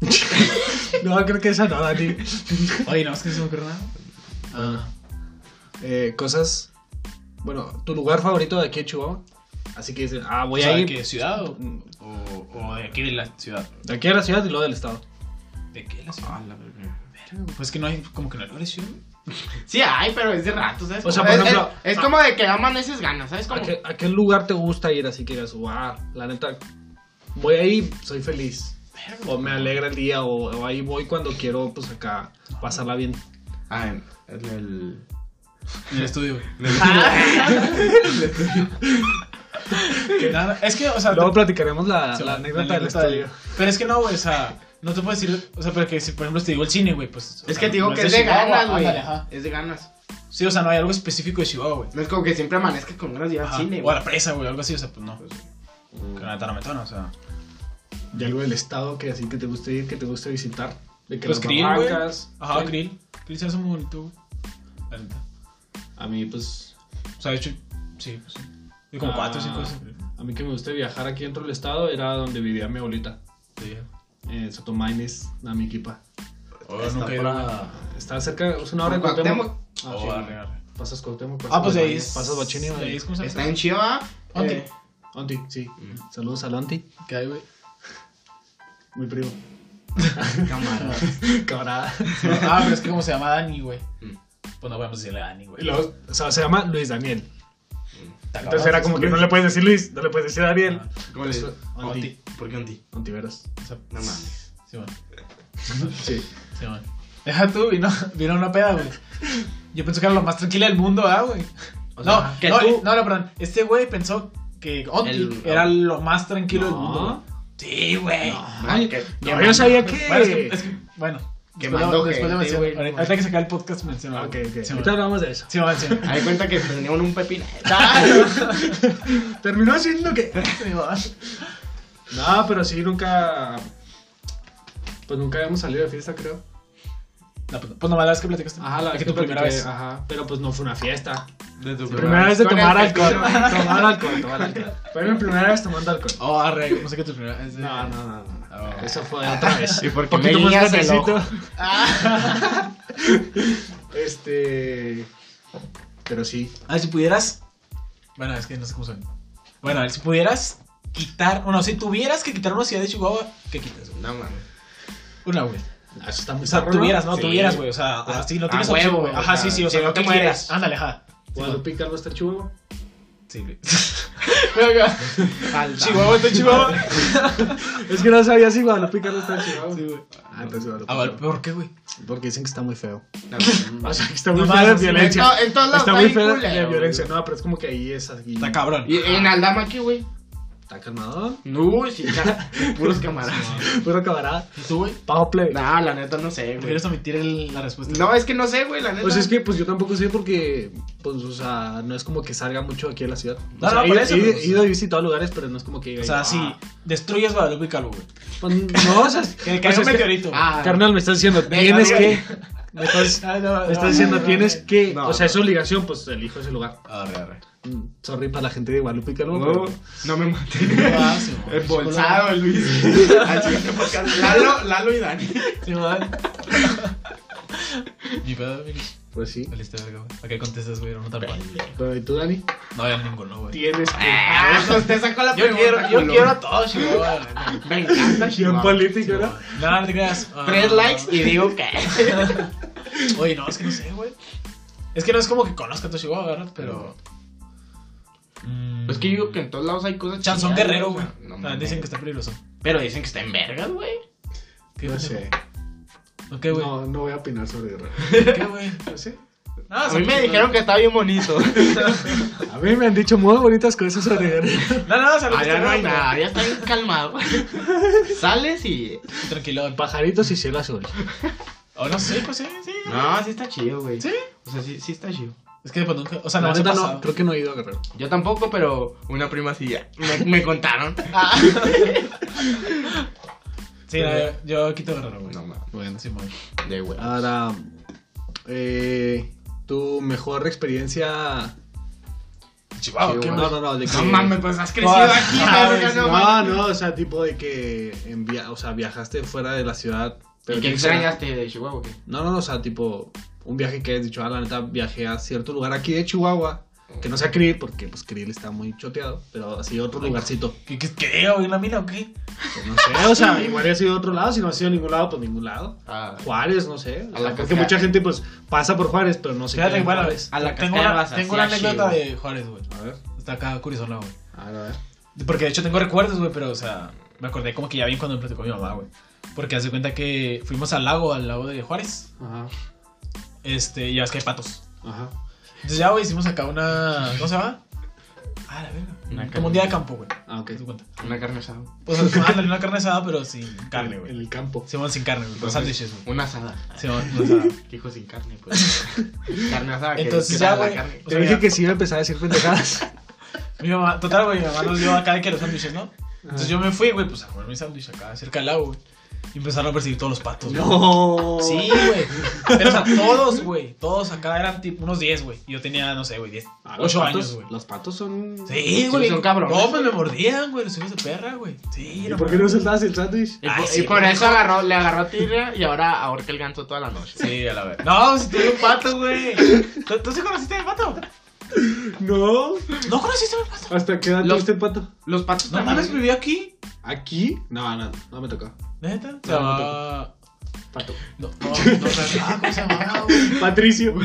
S1: No, creo que esa no, Dani.
S2: Oye, no, es que no se me ocurre nada.
S1: Ah. Eh, cosas. Bueno, tu lugar favorito de aquí en Chihuahua. Así que dices, ah, voy
S2: O sea,
S1: a
S2: ¿de
S1: ir.
S2: qué ciudad o, o, o de aquí de la ciudad?
S1: De aquí a la ciudad y luego del estado.
S2: ¿De qué la ciudad?
S3: Ah, la verga.
S2: Verga, güey. Pues que no hay, como que no hay lugares ciudad.
S3: Sí, hay, pero es de rato, ¿sabes?
S1: O sea,
S3: Como-
S1: por
S3: es-
S1: ejemplo- ah.
S3: Es, es como de que amaneces ganas, ¿sabes?
S1: ¿A
S3: Como
S1: qué, a qué lugar te gusta ir? Así que digas, wow, la neta, voy ahí, soy feliz. O me alegra el día, o, o ahí voy cuando quiero, pues acá, pasarla bien.
S3: Ah, en, en el.
S2: En el estudio, güey. Que nada, es que, o sea,
S1: Luego
S2: te-
S1: platicaremos la,
S2: se-
S1: la anécdota del
S2: anécdota
S1: estudio.
S2: Pero es que no, güey, o sea, no te puedo decir, o sea, pero que si, por ejemplo, te digo el cine, güey, pues... o
S3: Es
S2: sea,
S3: que te digo
S2: no
S3: que es de
S2: Chihuahua,
S3: ganas, güey.
S2: ándale, ajá.
S3: Es de ganas.
S2: Sí, o sea, no hay algo específico de Chihuahua, güey.
S3: No es como que siempre amanezcas con ganas de ir al
S2: Ajá.
S3: cine,
S2: o a
S3: güey.
S2: la presa, güey, algo así, o sea, pues no. Que no tan metona, o sea.
S1: Y algo del estado que así que te guste ir, que te guste visitar. De que
S2: Pues
S1: las
S2: Krill, güey.
S1: barrancas-
S2: Ajá,
S1: Sí.
S2: Krill. Krill se hace muy bonito, güey. La neta.
S1: A mí, pues,
S2: O sea, de hecho, sí, pues sí. Y como
S1: Ah.
S2: cuatro o cinco veces.
S1: a mí que me gusta viajar aquí dentro del estado era donde vivía mi abuelita,
S2: Sí.
S1: en Sotomaines, Namiquipa.
S2: O
S3: Está
S2: Oh, nunca he ido,
S3: por la-
S2: güey.
S1: Está cerca, es una hora de
S3: ¿Por
S1: Cuauhtémoc.
S3: Cuauhtémoc?
S1: Ah,
S2: Oh,
S1: sí,
S2: arre, arre.
S1: Pasas Cuauhtémoc, pasas
S2: Ah, pues de ahí
S1: Bachini,
S2: es.
S1: Pasas Bachini,
S2: de ahí es como se
S3: Está en eh, Chiva.
S2: ¿Dónde?
S1: Onti, sí. Saludos al Onti,
S2: ¿Qué hay, güey?
S1: mi primo.
S3: cámara.
S1: Camarada.
S2: Ah, pero es que como se llama Dani, güey.
S3: Mm.
S2: Pues no podemos decirle Dani, güey.
S1: Y luego, o sea, se llama Luis Daniel.
S2: Está
S1: Entonces
S2: cabrón,
S1: era como que no le puedes decir Luis, no le puedes decir Daniel.
S2: Ah,
S3: ¿Cómo le dices?
S1: Onti.
S3: ¿Por qué Andy?
S1: Onti Veras.
S2: o sea,
S3: No mames.
S2: Sí, bueno.
S1: Sí.
S2: Sí, bueno. Deja tú, vino, vino una peda, güey. Yo pensé que era lo más tranquila del mundo, ¿ah, güey?
S3: O
S2: No,
S3: sea, que
S2: no,
S3: tú-
S2: no, no, perdón. Este güey pensó que Onti
S3: El-
S2: era lo más tranquilo del
S1: No.
S2: mundo. güey. Sí, güey.
S1: Ay,
S3: que- que
S1: no, yo
S3: manda-
S1: sabía
S2: Bueno, es que, es
S1: que.
S2: que, bueno.
S3: Que
S2: después
S3: mandó
S2: lo- después lo
S3: gente,
S2: menciono.
S3: güey.
S2: Ahorita ahorita que se acabe el podcast menciono.
S1: Ok,
S2: güey.
S1: ok.
S2: Sí,
S1: Ahorita
S2: bueno.
S1: hablamos de eso.
S2: Sí, bueno, sí, bueno.
S3: Hay cuenta que tenían un pepino.
S1: Terminó siendo que.
S2: Sí, bueno.
S1: No, pero sí, nunca. Pues nunca habíamos salido de fiesta, creo.
S2: No, pues, pues nomás la vez que platicaste.
S1: Ajá, la vez
S2: Es que
S1: que
S2: tu primera
S1: platiqué,
S2: vez.
S1: Ajá, pero pues no fue una fiesta.
S3: De tu
S1: Primera vez de
S3: Con
S1: tomar
S3: el
S1: alcohol.
S3: pepino.
S1: Tomar alcohol, tomar alcohol. Fue mi primera vez tomando alcohol. Oh.
S2: Oh, arre, no sé qué tu primera vez.
S1: No, no, no. no.
S2: Ah, bueno.
S1: Eso fue otra vez.
S3: ¿Y por qué
S1: Poquito
S3: me
S1: más
S3: guiñas el
S1: grandecito.
S3: ojo?
S1: Este. Pero sí.
S2: A ver si pudieras. Bueno, es que no sé cómo suena. Bueno, a ver si pudieras quitar. Bueno, si tuvieras que quitar una ciudad de Chihuahua, ¿qué quitas, güey?
S3: No mames.
S2: Una, güey.
S1: Eso está muy
S2: O sea,
S1: perro,
S2: tuvieras, ¿no?
S3: Sí.
S2: Tuvieras, güey. O sea,
S3: A-
S2: así no
S3: a
S2: tienes
S3: huevo,
S2: opción, güey.
S3: güey,
S2: Ajá,
S3: o sea,
S2: sí, sí. O
S3: si
S2: sea,
S3: no
S2: lo
S3: te
S2: que
S3: mueres.
S2: quieras. Ándale, ajá.
S1: Guadalupe Calvo está chulo.
S2: Sí, güey. Chihuahua, está en Chihuahua.
S1: Es que no sabía si Guadalupe Calvo está chido.
S2: Sí, güey.
S1: Ah, entonces
S2: A ver, ¿por qué, güey?
S1: Porque dicen que está muy feo.
S2: O sea, que está muy
S1: No
S2: fea la
S1: más,
S2: violencia.
S3: en to- en todos lados
S2: está
S3: está
S2: muy
S3: bien
S2: fea la- la
S3: culero,
S2: violencia. No, pero es como que ahí es así.
S1: Está cabrón.
S3: Y en Aldama aquí, güey.
S1: Está calmado.
S3: No, sí, ya, puros camaradas.
S1: Puro camarada.
S2: ¿Y tú, güey?
S1: Pago plebe.
S3: No, la neta no sé, güey.
S2: ¿Prefieres omitir el- la respuesta?
S3: No, es que no sé, güey, la neta.
S1: Pues es que pues yo tampoco sé porque pues o sea, no es como que salga mucho aquí en la ciudad. O
S2: No,
S1: sea,
S2: no,
S1: he,
S2: por
S1: ido-
S2: eso,
S1: he-
S2: pero, o
S1: he
S2: sea-
S1: ido a visitar lugares, pero no es como que diga,
S2: O sea,
S1: ah,
S2: si destruyes Guadalupe y Calvo, güey.
S1: pues, no, o sea,
S2: Que le
S1: o sea,
S2: caiga un
S1: es que-
S2: meteorito. güey.
S3: Ah,
S1: Carnal, me estás diciendo,
S3: Venga,
S1: tienes
S3: venga.
S1: que me estás,
S2: Ah, no,
S1: me
S2: no,
S1: estás
S2: no,
S1: diciendo
S2: no,
S1: tienes
S2: no.
S1: que,
S3: No,
S1: o sea,
S3: no.
S1: es obligación, pues elijo ese lugar.
S2: Arre, arre.
S1: Mm, Sorry para la gente de Guadalupe y Calvo,
S3: No,
S1: pero-
S3: no me maté.
S2: Ah, sí, güey.
S3: Embolsado, Luis. Al siguiente podcast. Lalo, Lalo y Dani.
S2: Sí, man. Ni pedo, güey.
S1: pues sí.
S2: Valiste verga, güey. ¿A qué contestas, güey? No tan mal.
S1: Pero ¿y tú, Dani?
S2: No, ya ninguno, güey.
S1: Tienes
S3: Ah, usted sacó la
S2: Yo quiero, yo
S3: culo.
S2: quiero a todos, Chihuahua. la neta.
S3: Me encanta,
S1: Bien
S3: Chihuahua.
S1: político, ¿no?
S2: No, no te creas. Ah,
S3: Tres likes y digo que.
S2: Oye, no, es que no sé, güey. Es que no es como que conozca a tu Chihuahua, ¿verdad? Pero. Mm.
S3: Es que yo digo que en todos lados hay cosas.
S2: Chanzón
S3: chingadas,
S2: Guerrero,
S3: o sea,
S2: güey.
S3: no
S2: Ah,
S3: mames.
S2: dicen que está peligroso.
S3: Pero dicen que está en vergas, güey.
S2: ¿Qué
S1: No
S2: güey?
S1: sé.
S2: ¿O ¿Qué, güey?
S1: No, no voy a opinar sobre Guerrero.
S2: ¿Qué, güey?
S1: No sé.
S2: Ah,
S3: Pues A
S2: son
S3: mí me
S2: chidos.
S3: dijeron que está bien bonito.
S1: A mí me han dicho muy bonitas cosas sobre Guerrero.
S2: No, no, saludos.
S3: Allá no hay
S2: güey.
S3: nada, Ah, ya está bien calmado. güey. Sales y.
S2: Tranquilo, en paz.
S1: Pajaritos y cielo azul.
S2: O no sé, pues sí, sí.
S3: No, sí está chido, güey.
S2: ¿Sí?
S3: O sea, sí, sí está chido.
S2: Es que pues nunca. O sea,
S1: La
S2: no,
S1: neta
S2: no,
S1: no, creo que no he ido a Guerrero.
S3: Yo tampoco, pero una prima sí ya. Me, me contaron.
S2: Ah. Sí, no, yo- yo quito Guerrero, güey.
S3: No, mames.
S2: Bueno, sí, güey.
S3: De güey.
S2: Ah,
S1: Ahora, eh, tu mejor experiencia.
S2: Chihuahua, ¿qué
S1: no,
S2: más?
S1: no, no, de que-
S3: No mames, pues has crecido
S2: Pues,
S3: aquí,
S2: ah,
S3: verga, no mames.
S1: No, no, o sea, tipo de que en via- o sea, viajaste fuera de la ciudad.
S3: ¿Y qué
S1: que-
S3: extrañaste de Chihuahua? o qué?
S1: No, no, no, o sea, tipo un viaje que has dicho, ah, la neta, viajé a cierto lugar aquí de Chihuahua, que no sea Krill, porque pues Krill está muy choteado, pero así otro lugarcito.
S2: ¿Qué, qué, qué, güey? ¿La mina o qué?
S1: Pues, no sé, o sea, igual ha sido otro lado, si no ha sido ningún lado, pues ningún lado.
S3: Ah,
S1: Juárez, no sé. o
S3: A
S1: sea,
S3: la
S1: porque
S3: cascada.
S1: mucha gente pues pasa por Juárez, pero no se queda
S2: Fíjate,
S1: en
S2: igual a
S1: Juárez.
S3: A la
S2: tengo
S3: cascada
S2: una,
S3: vas
S2: tengo
S3: hacia
S2: una anécdota
S3: Chihuahua.
S2: de Juárez, güey.
S1: A ver,
S2: Está acá Curizola, güey.
S1: a ver, a ver.
S2: Porque de hecho tengo recuerdos, güey, pero o sea, me acordé como que ya bien cuando me platicó mi mamá, güey. Porque hace cuenta que fuimos al lago, al lago de Juárez.
S1: Ajá,
S2: Este, y ya ves que hay patos.
S1: ajá.
S2: Entonces ya, güey, hicimos acá una. ¿Cómo se llama? Ah, la verga.
S3: Una
S2: Como un día de campo, güey.
S1: Ah, ok.
S2: ¿Te das cuenta?
S3: Una carne asada.
S2: Pues ándale, una carne asada, pero sin carne,
S1: En
S2: güey.
S1: el campo.
S2: Simón sin carne, güey. Con sándwiches, güey.
S3: Una asada.
S2: Simón, o sea.
S3: Dijo sin carne, pues. carne
S1: Ah,
S3: asada. que-
S2: Entonces
S3: que
S2: ya,
S3: era la
S2: güey.
S3: carne.
S2: O sea,
S1: Te dije
S2: ya.
S1: que sí iba a empezar a decir pendejadas.
S2: Mi mamá, total, güey, mi mamá nos dio acá de que los sándwiches, ¿no? Entonces yo me fui, güey, pues a comer mi sándwich acá, cerca del lago, güey. Y empezaron a perseguir todos los patos, güey.
S1: No.
S2: Sí, güey. Pero, o sea, todos, güey. Todos acá eran tipo unos 10, güey. Yo tenía, no sé, güey, 10.
S1: Ah, los
S2: 8
S1: patos-
S2: años, güey.
S1: Los patos son.
S2: Sí,
S3: Sí,
S2: güey.
S3: son cabrones.
S2: No, pues me mordían, güey, los hijos de perra, güey. Sí,
S1: ¿Y
S2: no
S1: por qué no
S2: mames.
S1: soltabas el sándwich?
S3: Y,
S2: Ay,
S3: por-
S2: sí,
S3: y por
S2: güey.
S3: eso agarró, le agarró tira y ahora ahorca el ganso toda la noche.
S2: Sí, a la vez. No, si tuve un pato, güey. ¿Tú, tú sí conociste al pato?
S1: No.
S2: ¿No conociste al pato?
S1: ¿Hasta qué edad
S3: Los-
S1: tuviste pato?
S3: Los patos
S2: No mames, vivió aquí.
S1: ¿Aquí? No, no, no me tocó.
S2: ¿Neta? Se
S1: No, no,
S2: llamaba.
S1: Pato.
S2: No, no, no, sé. Ah, ¿cómo se llamaba, güey?
S1: Patricio.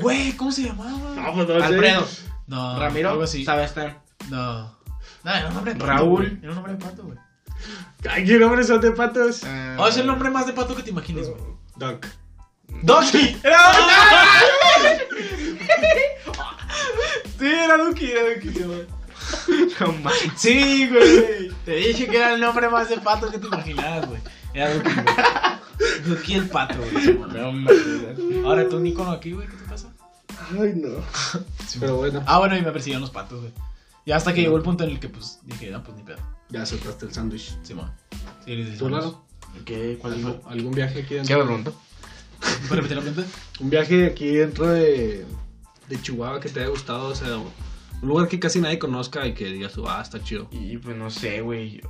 S2: Güey, ¿cómo se llamaba?
S1: pues no sé.
S3: Alfredo, Ah,
S2: No, algo
S3: Ramiro, este?
S2: así.
S3: Sebastián.
S2: No. No, era un nombre de pato.
S3: Raúl.
S2: güey. Era un nombre de pato, güey.
S1: Ay, qué nombres son de patos.
S3: eh,
S2: Oh, es el nombre más de pato que te imagines, güey.
S1: Doc.
S2: ¡Doki! ¡Era Sí, era Doki, era Doki, sí, güey.
S3: No mames.
S2: Sí, güey. Te dije que era el nombre más de pato que te imaginabas, güey. Era Duki, güey. Duki el pato, güey. sí, güey.
S3: No mames.
S2: Ahora tú un icono aquí, güey. ¿Qué te pasa?
S1: Ay, no. Pero bueno,
S2: Ah, bueno, y me persiguieron los patos, güey. Y hasta que llegó el punto en el que, pues, dije, no, pues ni pedo.
S1: ya soltaste el sándwich.
S2: Simón. Sí, les
S1: ¿Tú, Lalo?
S3: ¿Qué? ¿Cuál dijo?
S1: ¿Algún, algún viaje aquí
S3: ¿Qué me
S1: dentro?
S3: pregunto?
S2: ¿Puedes repetir la pregunta?
S1: Un viaje aquí dentro de, de Chihuahua que te haya gustado, o sea, un lugar que casi nadie conozca y que digas tú, ah, está chido.
S3: Y pues no sé, güey.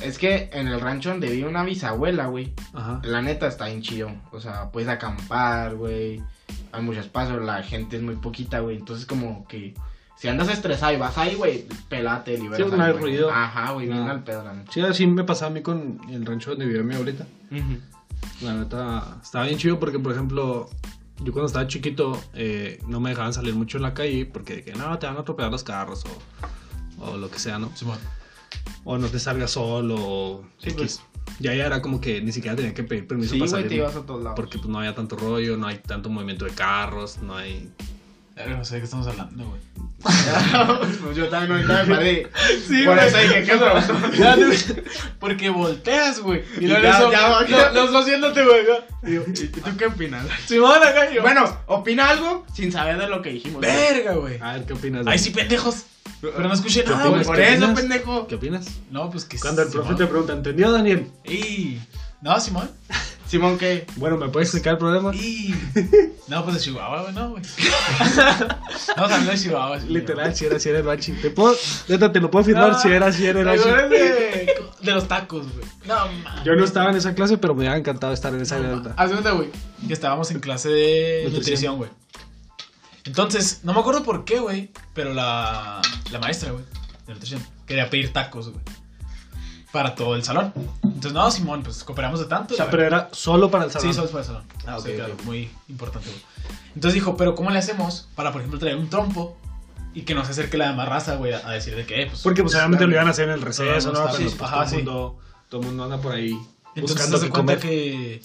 S3: Es que en el rancho donde vive una bisabuela, güey.
S1: Ajá.
S3: La neta está bien chido. O sea, puedes acampar, güey. Hay muchos pasos, la gente es muy poquita, güey. Entonces, como que si andas estresado y vas ahí, güey, pelate, liberas.
S1: Sí, no hay
S3: ahí, güey.
S1: ruido.
S3: Ajá, güey, bien
S1: Nada.
S3: al pedo, la neta.
S1: Sí, así me pasaba a mí con el rancho donde vivía mi abuelita. La neta, estaba bien chido porque, por ejemplo, yo cuando estaba chiquito eh, no me dejaban salir mucho en la calle porque de que no, te van a atropellar los carros o, o lo que sea, ¿no?
S2: Simón.
S1: O no te salgas solo o
S2: Sí,
S1: X.
S2: pues.
S1: Ya ya era como que ni siquiera tenía que pedir permiso
S3: Sí,
S1: para
S3: güey, te
S1: salir.
S3: ibas a todos lados.
S1: Porque pues no había tanto rollo, no hay tanto movimiento de carros, no hay...
S2: Verga, No sé de qué estamos hablando, güey.
S3: Pues yo también ahorita me perdí.
S2: Sí,
S3: Por
S2: güey.
S3: eso dije, ¿qué otro?
S2: Ya, güey, Porque volteas, güey. Y
S3: Y
S2: luego
S3: ya,
S2: eso-
S3: ya, va,
S2: lo-
S3: ya.
S2: los dos yéndote, güey.
S3: ¿Y y tú qué opinas?
S2: Simón, acá yo.
S3: Bueno, opina algo sin saber de lo que dijimos.
S2: verga, güey.
S1: A ver, ¿qué opinas?
S2: Ay,
S1: Dani?
S2: sí, pendejos. Pero no escuché
S1: ¿Qué
S2: nada,
S1: opinas?
S2: güey.
S3: Ah, por
S1: ¿qué
S3: eso,
S1: opinas?
S3: pendejo.
S1: ¿Qué opinas?
S2: No, pues que
S5: Cuando el
S2: Simón.
S5: profe te pregunta, ¿entendió, Daniel?
S2: Y. No, Simón.
S3: Simón, ¿qué?
S1: Bueno, ¿me puedes explicar el problema?
S2: Y. No, pues de Chihuahua, güey, no, güey. No, hablando de Chihuahua. sí,
S1: Literal, si era, si era el bachi. Te puedo, neta, te lo puedo afirmar,
S2: No,
S1: si era, si era el
S2: güey. ¿Te acuerdas
S1: bachi.
S2: De de los tacos, güey. No, mames.
S1: Yo no estaba en esa clase, pero me hubiera encantado estar en esa
S5: Ah,
S1: anécdota.
S2: Haz de cuenta, güey, que estábamos en clase de
S1: Nutrición.
S2: nutrición, güey. Entonces, no me acuerdo por qué, güey, pero la, la maestra, güey, de nutrición, quería pedir tacos, güey, para todo el salón. Entonces, no, Simón, pues cooperamos de tanto.
S5: O sea,
S2: la
S5: pero
S2: verdad.
S5: era solo para el salón.
S2: Sí, solo para el salón.
S5: Ah,
S2: Sí,
S5: ok,
S2: claro,
S5: ok.
S2: muy importante, güey. Entonces dijo, pero ¿cómo le hacemos para, por ejemplo, traer un trompo y que nos acerque la demás raza, güey, a a decir de qué? Pues,
S5: Porque pues obviamente lo iban a hacer en el receso,
S2: Todo el
S5: ¿no?
S2: mundo
S5: Cuando
S2: está-
S5: pues,
S2: Ajá,
S5: todo, el
S2: sí.
S5: mundo, todo el mundo anda por ahí
S2: Entonces
S5: buscando
S2: se
S5: qué
S2: cuenta
S5: comer.
S2: que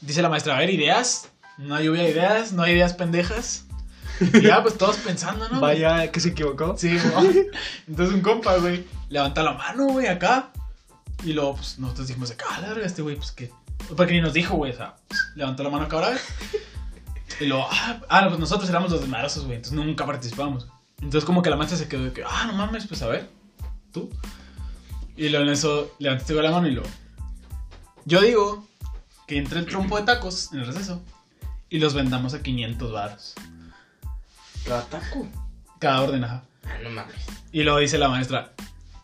S2: dice la maestra, a ver, ideas, no hay lluvia de ideas, no hay ideas pendejas. Y ya, pues todos pensando, ¿no?
S5: Vaya, que se equivocó.
S2: Sí, güey. Entonces un compa, güey, levanta la mano, güey, acá. Y luego, pues, nosotros dijimos, acá, la verga, este güey, pues, que... Porque ni nos dijo, güey, o sea, pues, levantó la mano acá, ¿verdad? Y luego, ah, ah, pues nosotros éramos los desmadrosos, güey, entonces nunca participamos. Entonces como que la maestra se quedó de que, ah, no mames, pues, a ver, tú. Y luego en eso, levantaste la mano y luego... Yo digo que entre el trompo de tacos en el receso y los vendamos a 500 baros.
S3: Cada taco.
S2: Cada orden, ajá.
S3: Ah, no mames.
S2: Y luego dice la maestra,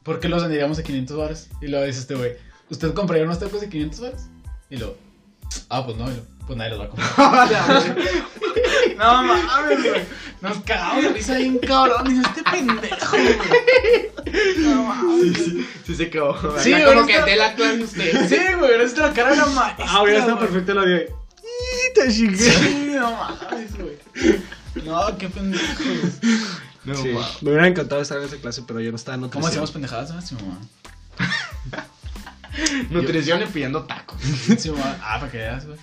S2: ¿por qué los venderíamos a 500 baros? Y luego dice este güey, ¿usted compraría unos tacos de 500 baros? Y luego, ah, pues no, y luego, pues nadie los va a comprar.
S3: No mames, güey.
S2: Nos cagamos de risa bien cabrón, dice este pendejo.
S3: No mames. Sí, sí se quedó.
S2: Sí,
S3: Acá
S2: güey,
S3: como que
S2: está-
S3: te la clave usted.
S2: Sí, güey, pero es la cara de la maestra.
S5: Ah, hubiera estado
S2: güey.
S5: perfecto la de... "Y te chingué".
S2: Sí, no mames, güey. No, qué pendejo.
S3: No
S5: Sí,
S3: mames.
S5: Me hubiera encantado estar en esa clase, pero yo no estaba en otra.
S2: ¿Cómo hacíamos pendejadas, no? Sí, mamá.
S3: Nutrición y pidiendo tacos.
S2: Sí, mamá. Ah, para que veas, güey.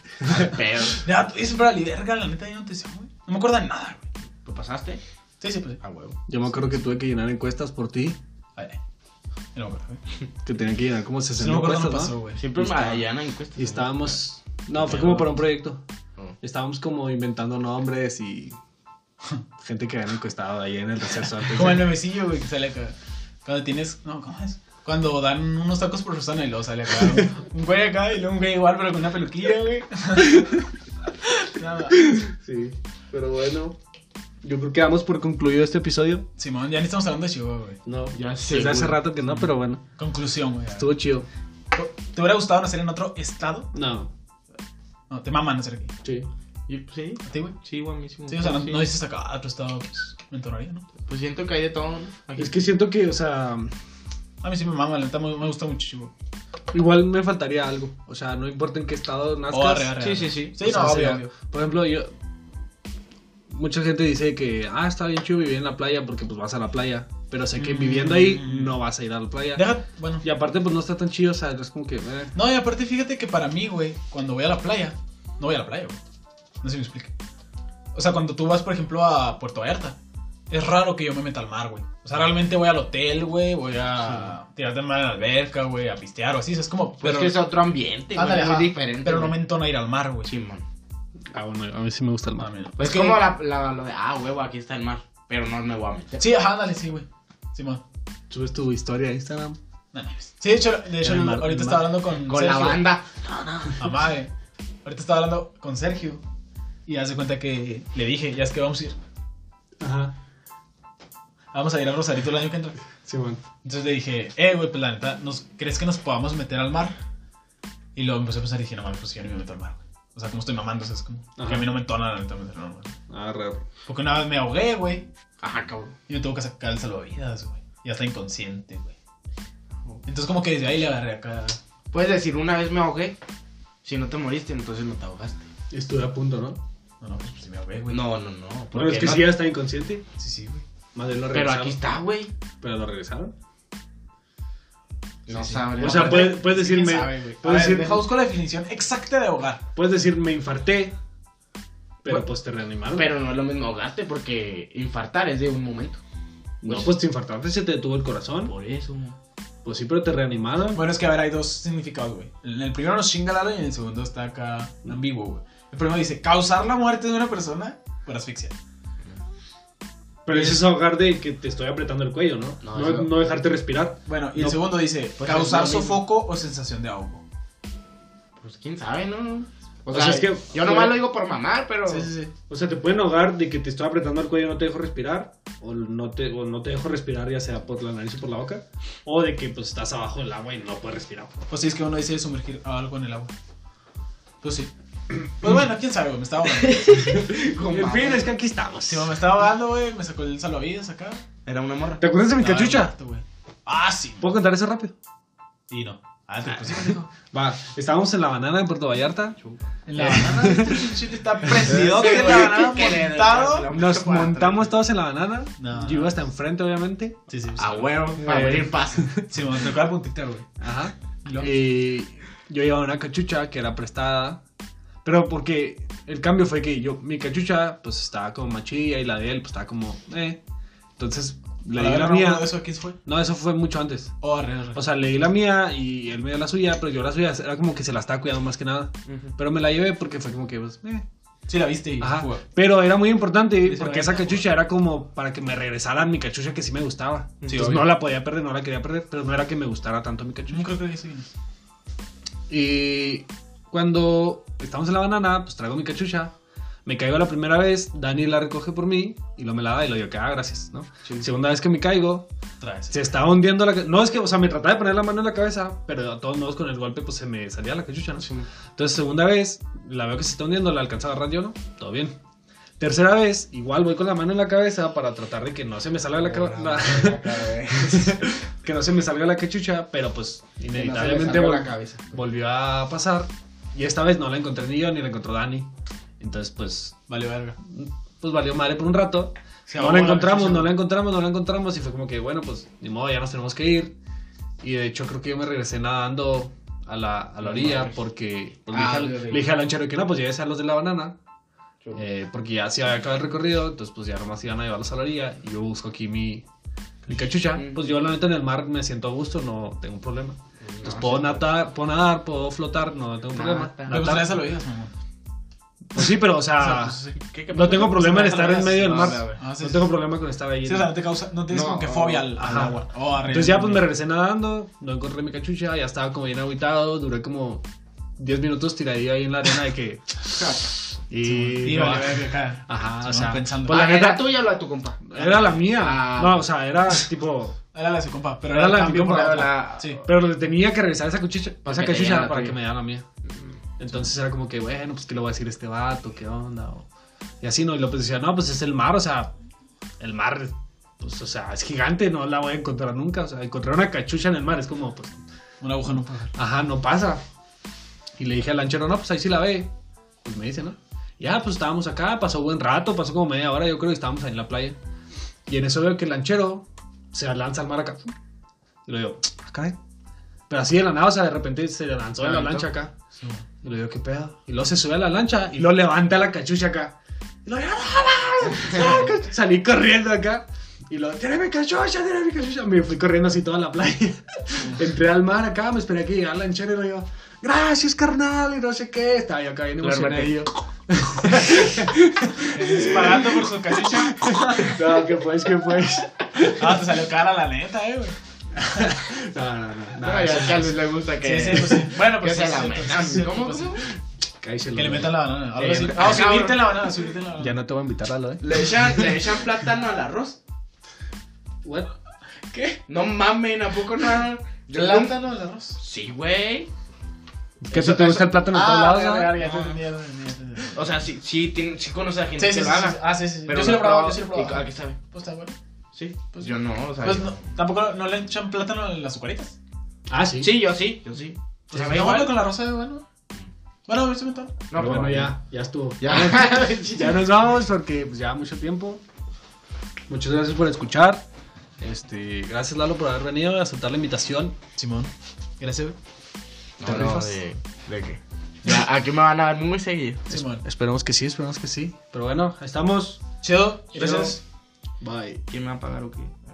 S3: Pero.
S2: Ya, tú dices para la verga, la neta, yo no te sé, güey. No me acuerdo de nada, güey.
S3: ¿Lo pasaste?
S2: Sí, sí, pues sí.
S3: A huevo.
S5: Yo me acuerdo que tuve que llenar encuestas por ti,
S2: A ver. No me acuerdo, güey.
S5: que tenían que llenar como
S2: Sí,
S5: 60
S2: no me acuerdo, no
S5: encuestas,
S2: pasó,
S5: ¿no?
S2: güey.
S3: Siempre
S2: Y
S3: me
S2: estaba-
S3: allá en encuestas.
S5: Y estábamos... No, fue como para un proyecto.
S3: Oh.
S5: Estábamos como inventando nombres y... Gente que habían encuestado ahí en el pues, receso antes.
S2: Como el
S5: de-
S2: memecillo, güey, que sale acá. Cuando tienes. No, ¿cómo es? Cuando dan unos tacos por Susana y luego sale acá. un- Un güey acá y luego un güey igual, pero con una peluquilla, güey. Nada.
S5: Sí, pero bueno... Yo creo que damos por concluido este episodio.
S2: Simón, ya ni estamos hablando de Chihuahua, güey.
S5: No,
S3: Ya sé.
S5: desde hace
S3: güey.
S5: rato que no, pero bueno.
S2: Conclusión, güey. a ver.
S5: Estuvo chido.
S2: ¿Te hubiera gustado nacer en otro estado?
S5: No,
S2: No, te maman nacer aquí.
S5: sí.
S3: Y- Sí,
S2: ¿A ti, güey?
S3: sí, buenísimo.
S2: Sí, o sea, no,
S3: Sí.
S2: no dices acá, "Ah, otro estado, pues, me entonaría, ¿no?
S3: Pues siento que hay de todo. ¿no? Aquí.
S5: Es que siento que, o sea,
S2: A mí sí me mama, la neta me, me gusta mucho Chihuahua.
S5: igual me faltaría algo. O sea, no importa en qué estado nazcas.
S2: Oh, arre, arre,
S3: Sí,
S2: arre.
S3: sí, sí.
S2: Sí,
S5: O sea,
S2: no, obvio,
S5: sea-
S2: obvio.
S5: Por ejemplo, yo. Mucha gente dice que, ah, está bien chido vivir en la playa porque pues vas a la playa. Pero sé que
S2: Mm.
S5: viviendo ahí no vas a ir a la playa.
S2: Deja, bueno.
S5: Y aparte, pues no está tan chido, o sea, es como que. eh.
S2: No, y aparte fíjate que para mí, güey, cuando voy a la playa, no voy a la playa, güey. No sé si me explico. O sea, cuando tú vas, por ejemplo, a Puerto Vallarta, es raro que yo me meta al mar, güey. O sea, realmente voy al hotel, güey, voy a tirarte al mar en la alberca, güey, a pistear o así, o sea, es como...
S3: Pues
S2: pero,
S3: que es otro ambiente,
S2: Ándale,
S3: güey. Es
S2: ajá,
S3: diferente.
S2: pero no me
S3: güey.
S2: entona ir al mar, güey.
S3: Sí, man.
S5: Ah, bueno, a mí sí me gusta el
S2: Ah,
S5: mar.
S2: mira.
S3: Pues
S2: Es que-
S3: como la, la, lo de, ah, huevo, aquí está el mar. Pero no me voy a meter.
S2: Sí, ajá, ándale, sí, güey. Simón.
S5: Ah, Subes tu historia a Instagram.
S2: No, no, Sí, de hecho, de hecho
S5: El mar-
S2: ahorita
S5: el
S2: estaba
S5: mar.
S2: hablando con...
S3: Con la
S2: Sergio.
S3: banda.
S2: Mamá, eh. Ahorita estaba hablando con Sergio y hace cuenta que le dije, ya es que vamos a ir.
S5: Ajá.
S2: Vamos a ir a Rosarito el año que entra.
S5: Sí, bueno.
S2: Entonces le dije, eh, güey, pues la neta, ¿nos, ¿crees que nos podamos meter al mar? Y luego empecé a pensar y dije, no mames, pues yo no me meto al mar, güey. O sea, como estoy mamando, o sea, es como. Porque
S5: Ajá.
S2: a mí no me entona la neta meterme al mar.
S5: Ah, re.
S2: Porque una vez me ahogué, güey,
S3: Ajá, cabrón.
S2: y me tuvo que sacar el salvavidas, güey. Ya está inconsciente, güey. Entonces, como que desde ahí le agarré acá.
S3: Puedes decir, una vez me ahogué. Si no te moriste, entonces no te ahogaste.
S5: Estuve a punto, ¿no?
S2: No, no, pues, pues sí me ahogué, güey.
S3: No, no, no. ¿por
S5: Bueno, es
S3: qué
S5: que
S3: no?
S5: si ya está inconsciente.
S2: Sí, sí, güey.
S5: Madre lo
S3: Pero
S5: regresaron.
S3: aquí está, güey.
S5: Pero lo regresaron.
S3: No sabré.
S1: O sea, puedes, puedes
S2: ¿Quién
S1: decirme.
S2: sabe, güey? A
S1: puedes,
S2: ver,
S1: decir,
S2: deja busco la definición exacta de ahogar.
S1: puedes decir, me infarté. Pero
S3: Bueno,
S1: pues te reanimaron.
S3: Pero no es lo mismo ahogarte porque infartar es de un momento.
S1: no, pues te infartaste, se te detuvo el corazón.
S3: Por eso.
S1: Pues sí, pero te reanimaron.
S2: Bueno, es que a ver, hay dos significados, güey. En el primero nos chinga Lalo y en el segundo está acá ambiguo, güey. El primero dice causar la muerte de una persona por asfixia.
S1: Pero ese es ahogar de que te estoy apretando el cuello, ¿no?
S3: No,
S1: No,
S3: eso-
S1: no dejarte respirar.
S2: Bueno, y el
S1: No,
S2: segundo dice
S3: pues,
S2: causar
S3: es lo mismo.
S2: sofoco o sensación de ahogo.
S3: Pues quién sabe, ¿no? O,
S1: O
S3: sea,
S1: sea, es que-
S3: yo nomás lo digo por mamar, pero.
S2: Sí, sí, sí.
S1: O sea, te pueden ahogar de que te estoy apretando el cuello y no te dejo respirar. O no te, o no te dejo respirar, ya sea por la nariz o por la boca. O de que pues estás abajo del agua y no puedes respirar.
S2: Pues sí, es que uno dice sumergir a algo en el agua. Pues sí. Pues bueno, quién sabe, güey. Me estaba ahogando.
S1: En fin, es que aquí estamos.
S2: Si me estaba ahogando, güey, me sacó el salvavidas acá.
S3: Era una morra.
S1: ¿Te acuerdas de mi
S2: Estaba
S1: cachucha?
S2: muerto, güey. Ah, sí.
S1: ¿Puedo contar eso rápido?
S2: Y no. Ah, te pusiste, pendejo.
S1: Va, estábamos en La Banana, en Puerto Vallarta.
S2: En la banana, este chile está prendido que la banana montado.
S1: Nos montamos todos en La Banana.
S2: No.
S1: Yo iba hasta enfrente, obviamente.
S2: Sí, sí, sí.
S3: A huevo, para
S1: Eh.
S3: abrir paso.
S2: Ah, Sí, me tocó la puntita, güey.
S1: Ajá.
S2: Y luego-
S1: Eh, Y yo llevaba una cachucha que era prestada. Pero porque el cambio fue que yo, mi cachucha, pues estaba como machilla y la de él, pues estaba como, eh. Entonces le di
S2: A ver,
S1: la
S2: no,
S1: mía.
S2: no, ¿Eso quién fue?
S1: No, eso fue mucho antes.
S2: Oh, arre, arre.
S1: O sea, le di la mía y él me dio la suya, pero yo la suya era como que se la estaba cuidando más que nada. Pero me la llevé porque fue como que, pues, eh.
S2: Sí, la viste y
S1: Ajá.
S2: jugó.
S1: Pero era muy importante
S2: Dice,
S1: porque
S2: "Venga,
S1: esa cachucha era como para que me regresaran mi cachucha que sí me gustaba. Entonces
S2: obvio.
S1: no la podía perder, no la quería perder, pero no era que me gustara tanto mi
S2: Yo
S1: cachucha.
S2: nunca creo que eso.
S1: Y cuando estamos en la banana, pues traigo mi cachucha. Me caigo la primera vez, Dani la recoge por mí y lo me la da y lo yo que ah, gracias, ¿no? Segunda vez que me caigo,
S2: Otra vez.
S1: se estaba hundiendo la ca- No, es que, o sea, me trataba de poner la mano en la cabeza, pero de todos modos con el golpe pues se me salía la cachucha, ¿no? Entonces, segunda vez, la veo que se está hundiendo, la alcanza a agarrar yo, ¿no? Todo bien. Tercera vez, igual voy con la mano en la cabeza para tratar de que no se me salga la, ca- la- que no se me salga la cachucha, pero pues inevitablemente vol-
S3: la cabeza.
S1: volvió a pasar y esta vez no la encontré ni yo ni la encontró Dani. Entonces, pues
S2: Vale, verga. ah,
S1: pues valió madre por un rato.
S2: Se
S1: No
S2: ahogó
S1: la
S2: la
S1: encontramos,
S2: cachucha.
S1: no la encontramos, no la encontramos y fue como que bueno, pues ni modo, ya nos tenemos que ir. Y de hecho creo que yo me regresé nadando a la, a la orilla porque pues,
S3: Ah,
S1: le,
S3: ya
S1: dije, al-
S3: sé.
S1: le dije al lanchero que no, pues llévese a los de la banana. eh, porque ya se había acabado el recorrido, entonces pues ya nomás iban a llevarlos a la orilla y yo busco aquí mi, mi cachucha.
S3: Mm.
S1: Pues yo la neta en el mar me siento a gusto, no tengo un problema. Entonces
S3: No,
S1: puedo
S3: sí,
S1: nadar, puedo nadar, puedo flotar, no tengo problema.
S2: Me
S3: Nata.
S1: Natar.
S2: gustaría salvavidas, mamá.
S1: Pues sí, pero o sea,
S2: O sea, pues, sí. ¿Qué- qué
S1: no
S2: pasa?
S1: tengo problema en
S2: Pues,
S1: estar en medio del
S2: no,
S1: mar.
S3: a ver.
S2: Ah, sí,
S1: no
S2: sí,
S1: tengo
S2: sí.
S1: problema con estar ahí.
S2: Sí, o sea, no te causa, no tienes
S3: No,
S2: como que fobia al, al
S1: ajá.
S2: agua. Oh, arre,
S1: Entonces ya
S2: arre,
S1: pues me
S2: arre.
S1: regresé nadando, no encontré mi cachucha, ya estaba como bien agüitado, duré como 10 minutos tiradilla ahí en la arena de que... y...
S2: Y
S1: no,
S2: vale, verga acá.
S1: Ajá, o
S2: Simón,
S1: sea,
S2: pensando.
S1: pues la
S3: Ah, ¿Era
S1: neta,
S3: tuya o la de tu compa?
S1: era la mía.
S3: Ah.
S1: No, o sea, era tipo...
S2: Ah, Era la de su compa, pero
S1: Era
S2: era
S1: la
S2: el
S1: de mi
S2: cambio por
S1: compa,
S2: la
S3: era
S2: otra.
S3: la-
S2: Sí.
S1: Pero le tenía que regresar esa cuchicha,
S3: Para
S1: esa
S3: que te
S1: cachucha
S3: llegara la
S1: para
S3: tuya.
S1: que me diera la mía. Entonces era como que, bueno, pues qué le voy a decir a este vato, qué onda. O- y así, ¿no? Y López decía, no, pues es el mar, o sea, el mar, pues, o sea, es gigante, no la voy a encontrar nunca. O sea, encontrar una cachucha en el mar es como, pues,
S2: Una aguja no puede.
S1: ajá, no pasa. Y le dije al lanchero, no, pues ahí sí la ve. Pues me dice, ¿no? Ya, pues estábamos acá, pasó buen rato, pasó como media hora, yo creo que estábamos ahí en la playa. Y en eso veo que el lanchero se lanza al mar acá. Y lo digo, "Ah, caray. Pero así de la nada, o sea, de repente se lanzó de la
S3: Aventó.
S1: lancha acá.
S2: Sí, güey.
S1: Y lo digo, ¿qué pedo? Y luego se sube a la lancha y lo levanta la cachucha acá. Y lo salí corriendo acá. Y lo, tiene mi cachucha, tiene mi cachucha. Me fui corriendo así toda la playa. Entré al mar acá, me esperé a que llegara el lanchero y le digo, gracias carnal, y no sé qué. Estaba yo acá bien
S3: Lo
S1: emocionadillo.
S2: Disparando por su cachucha.
S1: No, que pues, que pues.
S2: Ah, te salió cara la neta, eh, güey.
S1: No, no, no.
S3: No,
S1: nada,
S3: ya es que a Luis le gusta que.
S2: Sí, sí, pues sí. Bueno,
S3: que
S2: pues
S3: se
S2: sí,
S3: la
S2: sí,
S3: metan.
S2: sí, sí,
S3: ¿Cómo?
S2: pues sí.
S3: cómo?
S1: cállese
S2: Que le
S1: la-
S2: metan la banana. algo así.
S1: Eh,
S2: Ah, o
S3: cabrón.
S2: subirte en la banana, subirte en la banana.
S1: Ya no te voy a invitar a lo, eh.
S3: ¿Le echan, le echan plátano al arroz?
S1: What?
S3: ¿Qué? No mamen, ¿a poco no? Yo
S2: ¿El
S3: la...
S2: plátano al arroz?
S3: Sí, güey.
S1: Que si te gusta el plátano en todos
S2: Ah,
S1: lados,
S2: ya, ya,
S1: ¿no?
S2: ya,
S3: Ah.
S2: ya, ya, ya, ya.
S3: O sea, sí, sí, tiene- sí conoce a gente
S2: Sí, sí, sí,
S3: que
S2: sí.
S3: lo haga.
S2: Ah, sí, sí. sí.
S3: Pero
S2: Yo sí
S3: no
S2: lo he probado,
S3: probado.
S2: yo sí lo he
S3: ¿Y a
S2: probado.
S3: qué sabe?
S2: Pues está bueno.
S3: Sí, pues yo no, o sea.
S2: Pues
S3: yo-
S2: no, tampoco no le echan plátano a las azucaritas.
S1: Ah, sí.
S3: Sí, yo sí, yo sí.
S2: O sea, me igual con la rosa, bueno. Bueno, a ver si me tomo.
S1: No,
S3: No,
S1: pero bueno,
S3: pero-
S1: ya, ya estuvo.
S3: Ya.
S1: Ya nos vamos porque pues, ya mucho tiempo. Muchas gracias por escuchar. Este, gracias Lalo por haber venido, aceptar la invitación.
S2: Simón. Gracias, güey.
S3: No,
S1: ¿Te
S3: no,
S1: rifas?
S3: de, de qué. Ya, aquí me van a ver muy seguido.
S2: Simón.
S1: Esperemos que sí, esperemos que sí. Pero bueno, ahí estamos.
S2: Chido. Gracias.
S1: Bye.
S3: ¿Quién me va a pagar o qué?